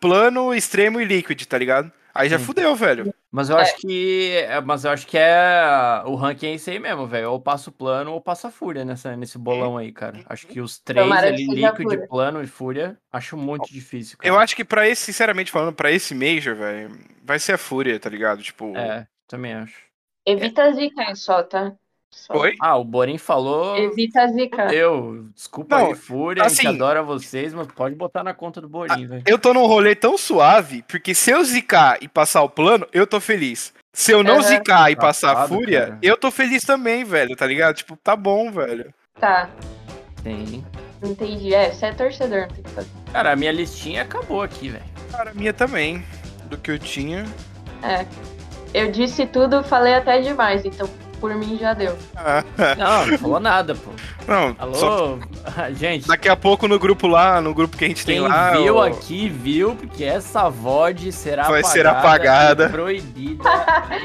S4: plano, extremo e líquido, tá ligado? Aí já
S5: Sim.
S4: fudeu, velho.
S5: Mas eu acho que. é, Mas eu acho que é. O ranking é isso aí mesmo, velho. Ou passa o plano ou passa a fúria nessa, nesse bolão aí, cara. Acho que os três
S3: Tomara
S5: ali,
S3: que seja a
S5: líquido,
S3: Fúria.
S5: plano e fúria, acho muito difícil. Cara.
S4: Eu acho que pra esse, sinceramente falando, pra esse Major, velho, vai ser a Fúria, tá ligado? Tipo.
S5: É, também acho.
S3: Evita zicar só, tá? Só.
S4: Oi?
S5: Ah, o Borin falou.
S3: Evita zicar.
S5: Eu, desculpa
S4: Não,
S5: aí, Fúria, a
S4: assim-
S5: gente adora vocês, mas pode botar na conta do Borin, velho.
S4: Eu tô num rolê tão suave, porque se eu zicar e passar o plano, eu tô feliz. Se eu não
S3: Aham.
S4: zicar e passar a
S5: Safado,
S4: fúria,
S5: cara.
S4: eu tô feliz também, velho, tá ligado? Tipo, tá bom, velho.
S3: Tá,
S5: Tem.
S3: entendi. É, você é torcedor, não tem que fazer.
S5: Cara, a minha listinha acabou aqui, velho.
S4: Cara, a minha também. Do que eu tinha.
S3: Eu disse tudo, falei até demais, então por mim já deu.
S4: Ah,
S5: Não, não falou nada, pô.
S4: não,
S5: Alô? Ah,
S4: só
S5: Gente,
S4: daqui a pouco no grupo lá, no grupo que a gente
S5: quem
S4: tem lá.
S5: viu
S4: eu-
S5: aqui, viu, porque essa VOD será
S4: Vai
S5: apagada.
S4: ser apagada.
S5: e proibida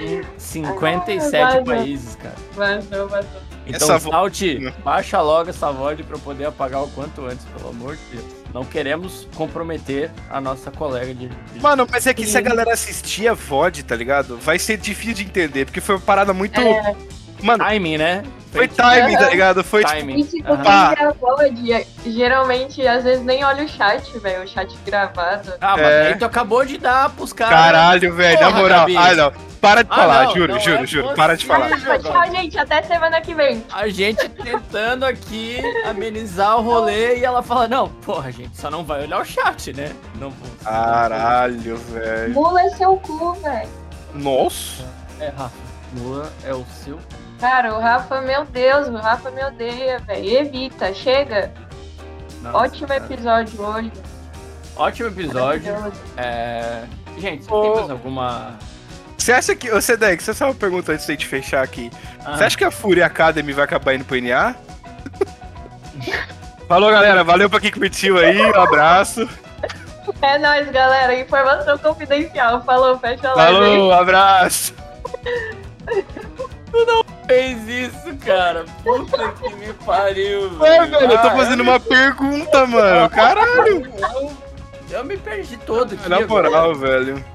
S5: em 57
S3: Ai, vai,
S5: países, cara.
S3: Vazou, vazou.
S5: Então,
S4: Essa vo- Né?
S5: Salt, baixa logo essa VOD pra eu poder apagar o quanto antes, pelo amor de Deus. Não queremos comprometer a nossa colega de... de-
S4: Mano, mas é que se a galera assistir a VOD, tá ligado? Vai ser difícil de entender, porque foi uma parada muito.
S5: É.
S4: Mano,
S5: Timing, né?
S4: foi time, tá
S3: Aham.
S4: ligado? Foi tipo,
S5: timing.
S3: E tipo,
S5: Aham.
S3: quem
S4: Tá.
S3: gravou, de- geralmente, às vezes nem olha o chat, velho, o chat gravado.
S5: Ah, mas
S4: É.
S5: aí tu acabou de dar pros caras.
S4: caralho, velho, na
S5: Porra,
S4: moral.
S5: Gabi.
S4: Ah, não. Para de
S5: Ah,
S4: falar,
S5: não,
S4: juro,
S5: não
S4: juro,
S5: é
S4: juro. Para de
S5: possível.
S4: falar.
S3: Tá, tchau, gente. Até semana que vem.
S5: A gente tentando aqui amenizar o rolê e ela fala: Não, porra, gente, só não vai olhar o chat, né? Não vou.
S4: Caralho, velho.
S3: Mula é seu cu, velho.
S4: Nossa.
S5: É, Rafa. Lua é o seu.
S3: Cara, o Rafa, meu Deus, o Rafa me odeia, velho. Evita, chega.
S5: Nossa,
S3: Ótimo
S5: cara.
S3: episódio hoje.
S5: Ótimo episódio.
S3: maravilhoso.
S5: É... Gente, você
S4: Ô.
S5: tem mais alguma.
S4: Você acha que. Ô, Sedex, você só uma pergunta antes de gente fechar aqui.
S5: Ah,
S4: Você acha que a Fúria Academy vai acabar indo pro NA? Falou, galera. Valeu pra quem curtiu aí. Um abraço.
S3: É nóis, galera. Informação confidencial. Falou, fecha a live aí.
S4: Falou, um abraço.
S5: fez isso, cara? Puta que me pariu,
S4: Ué, velho, eu tô
S5: Ah,
S4: fazendo uma pergunta, mano. Caralho.
S5: é? Eu, eu me perdi todo aqui.
S4: Na
S5: agora.
S4: moral, velho.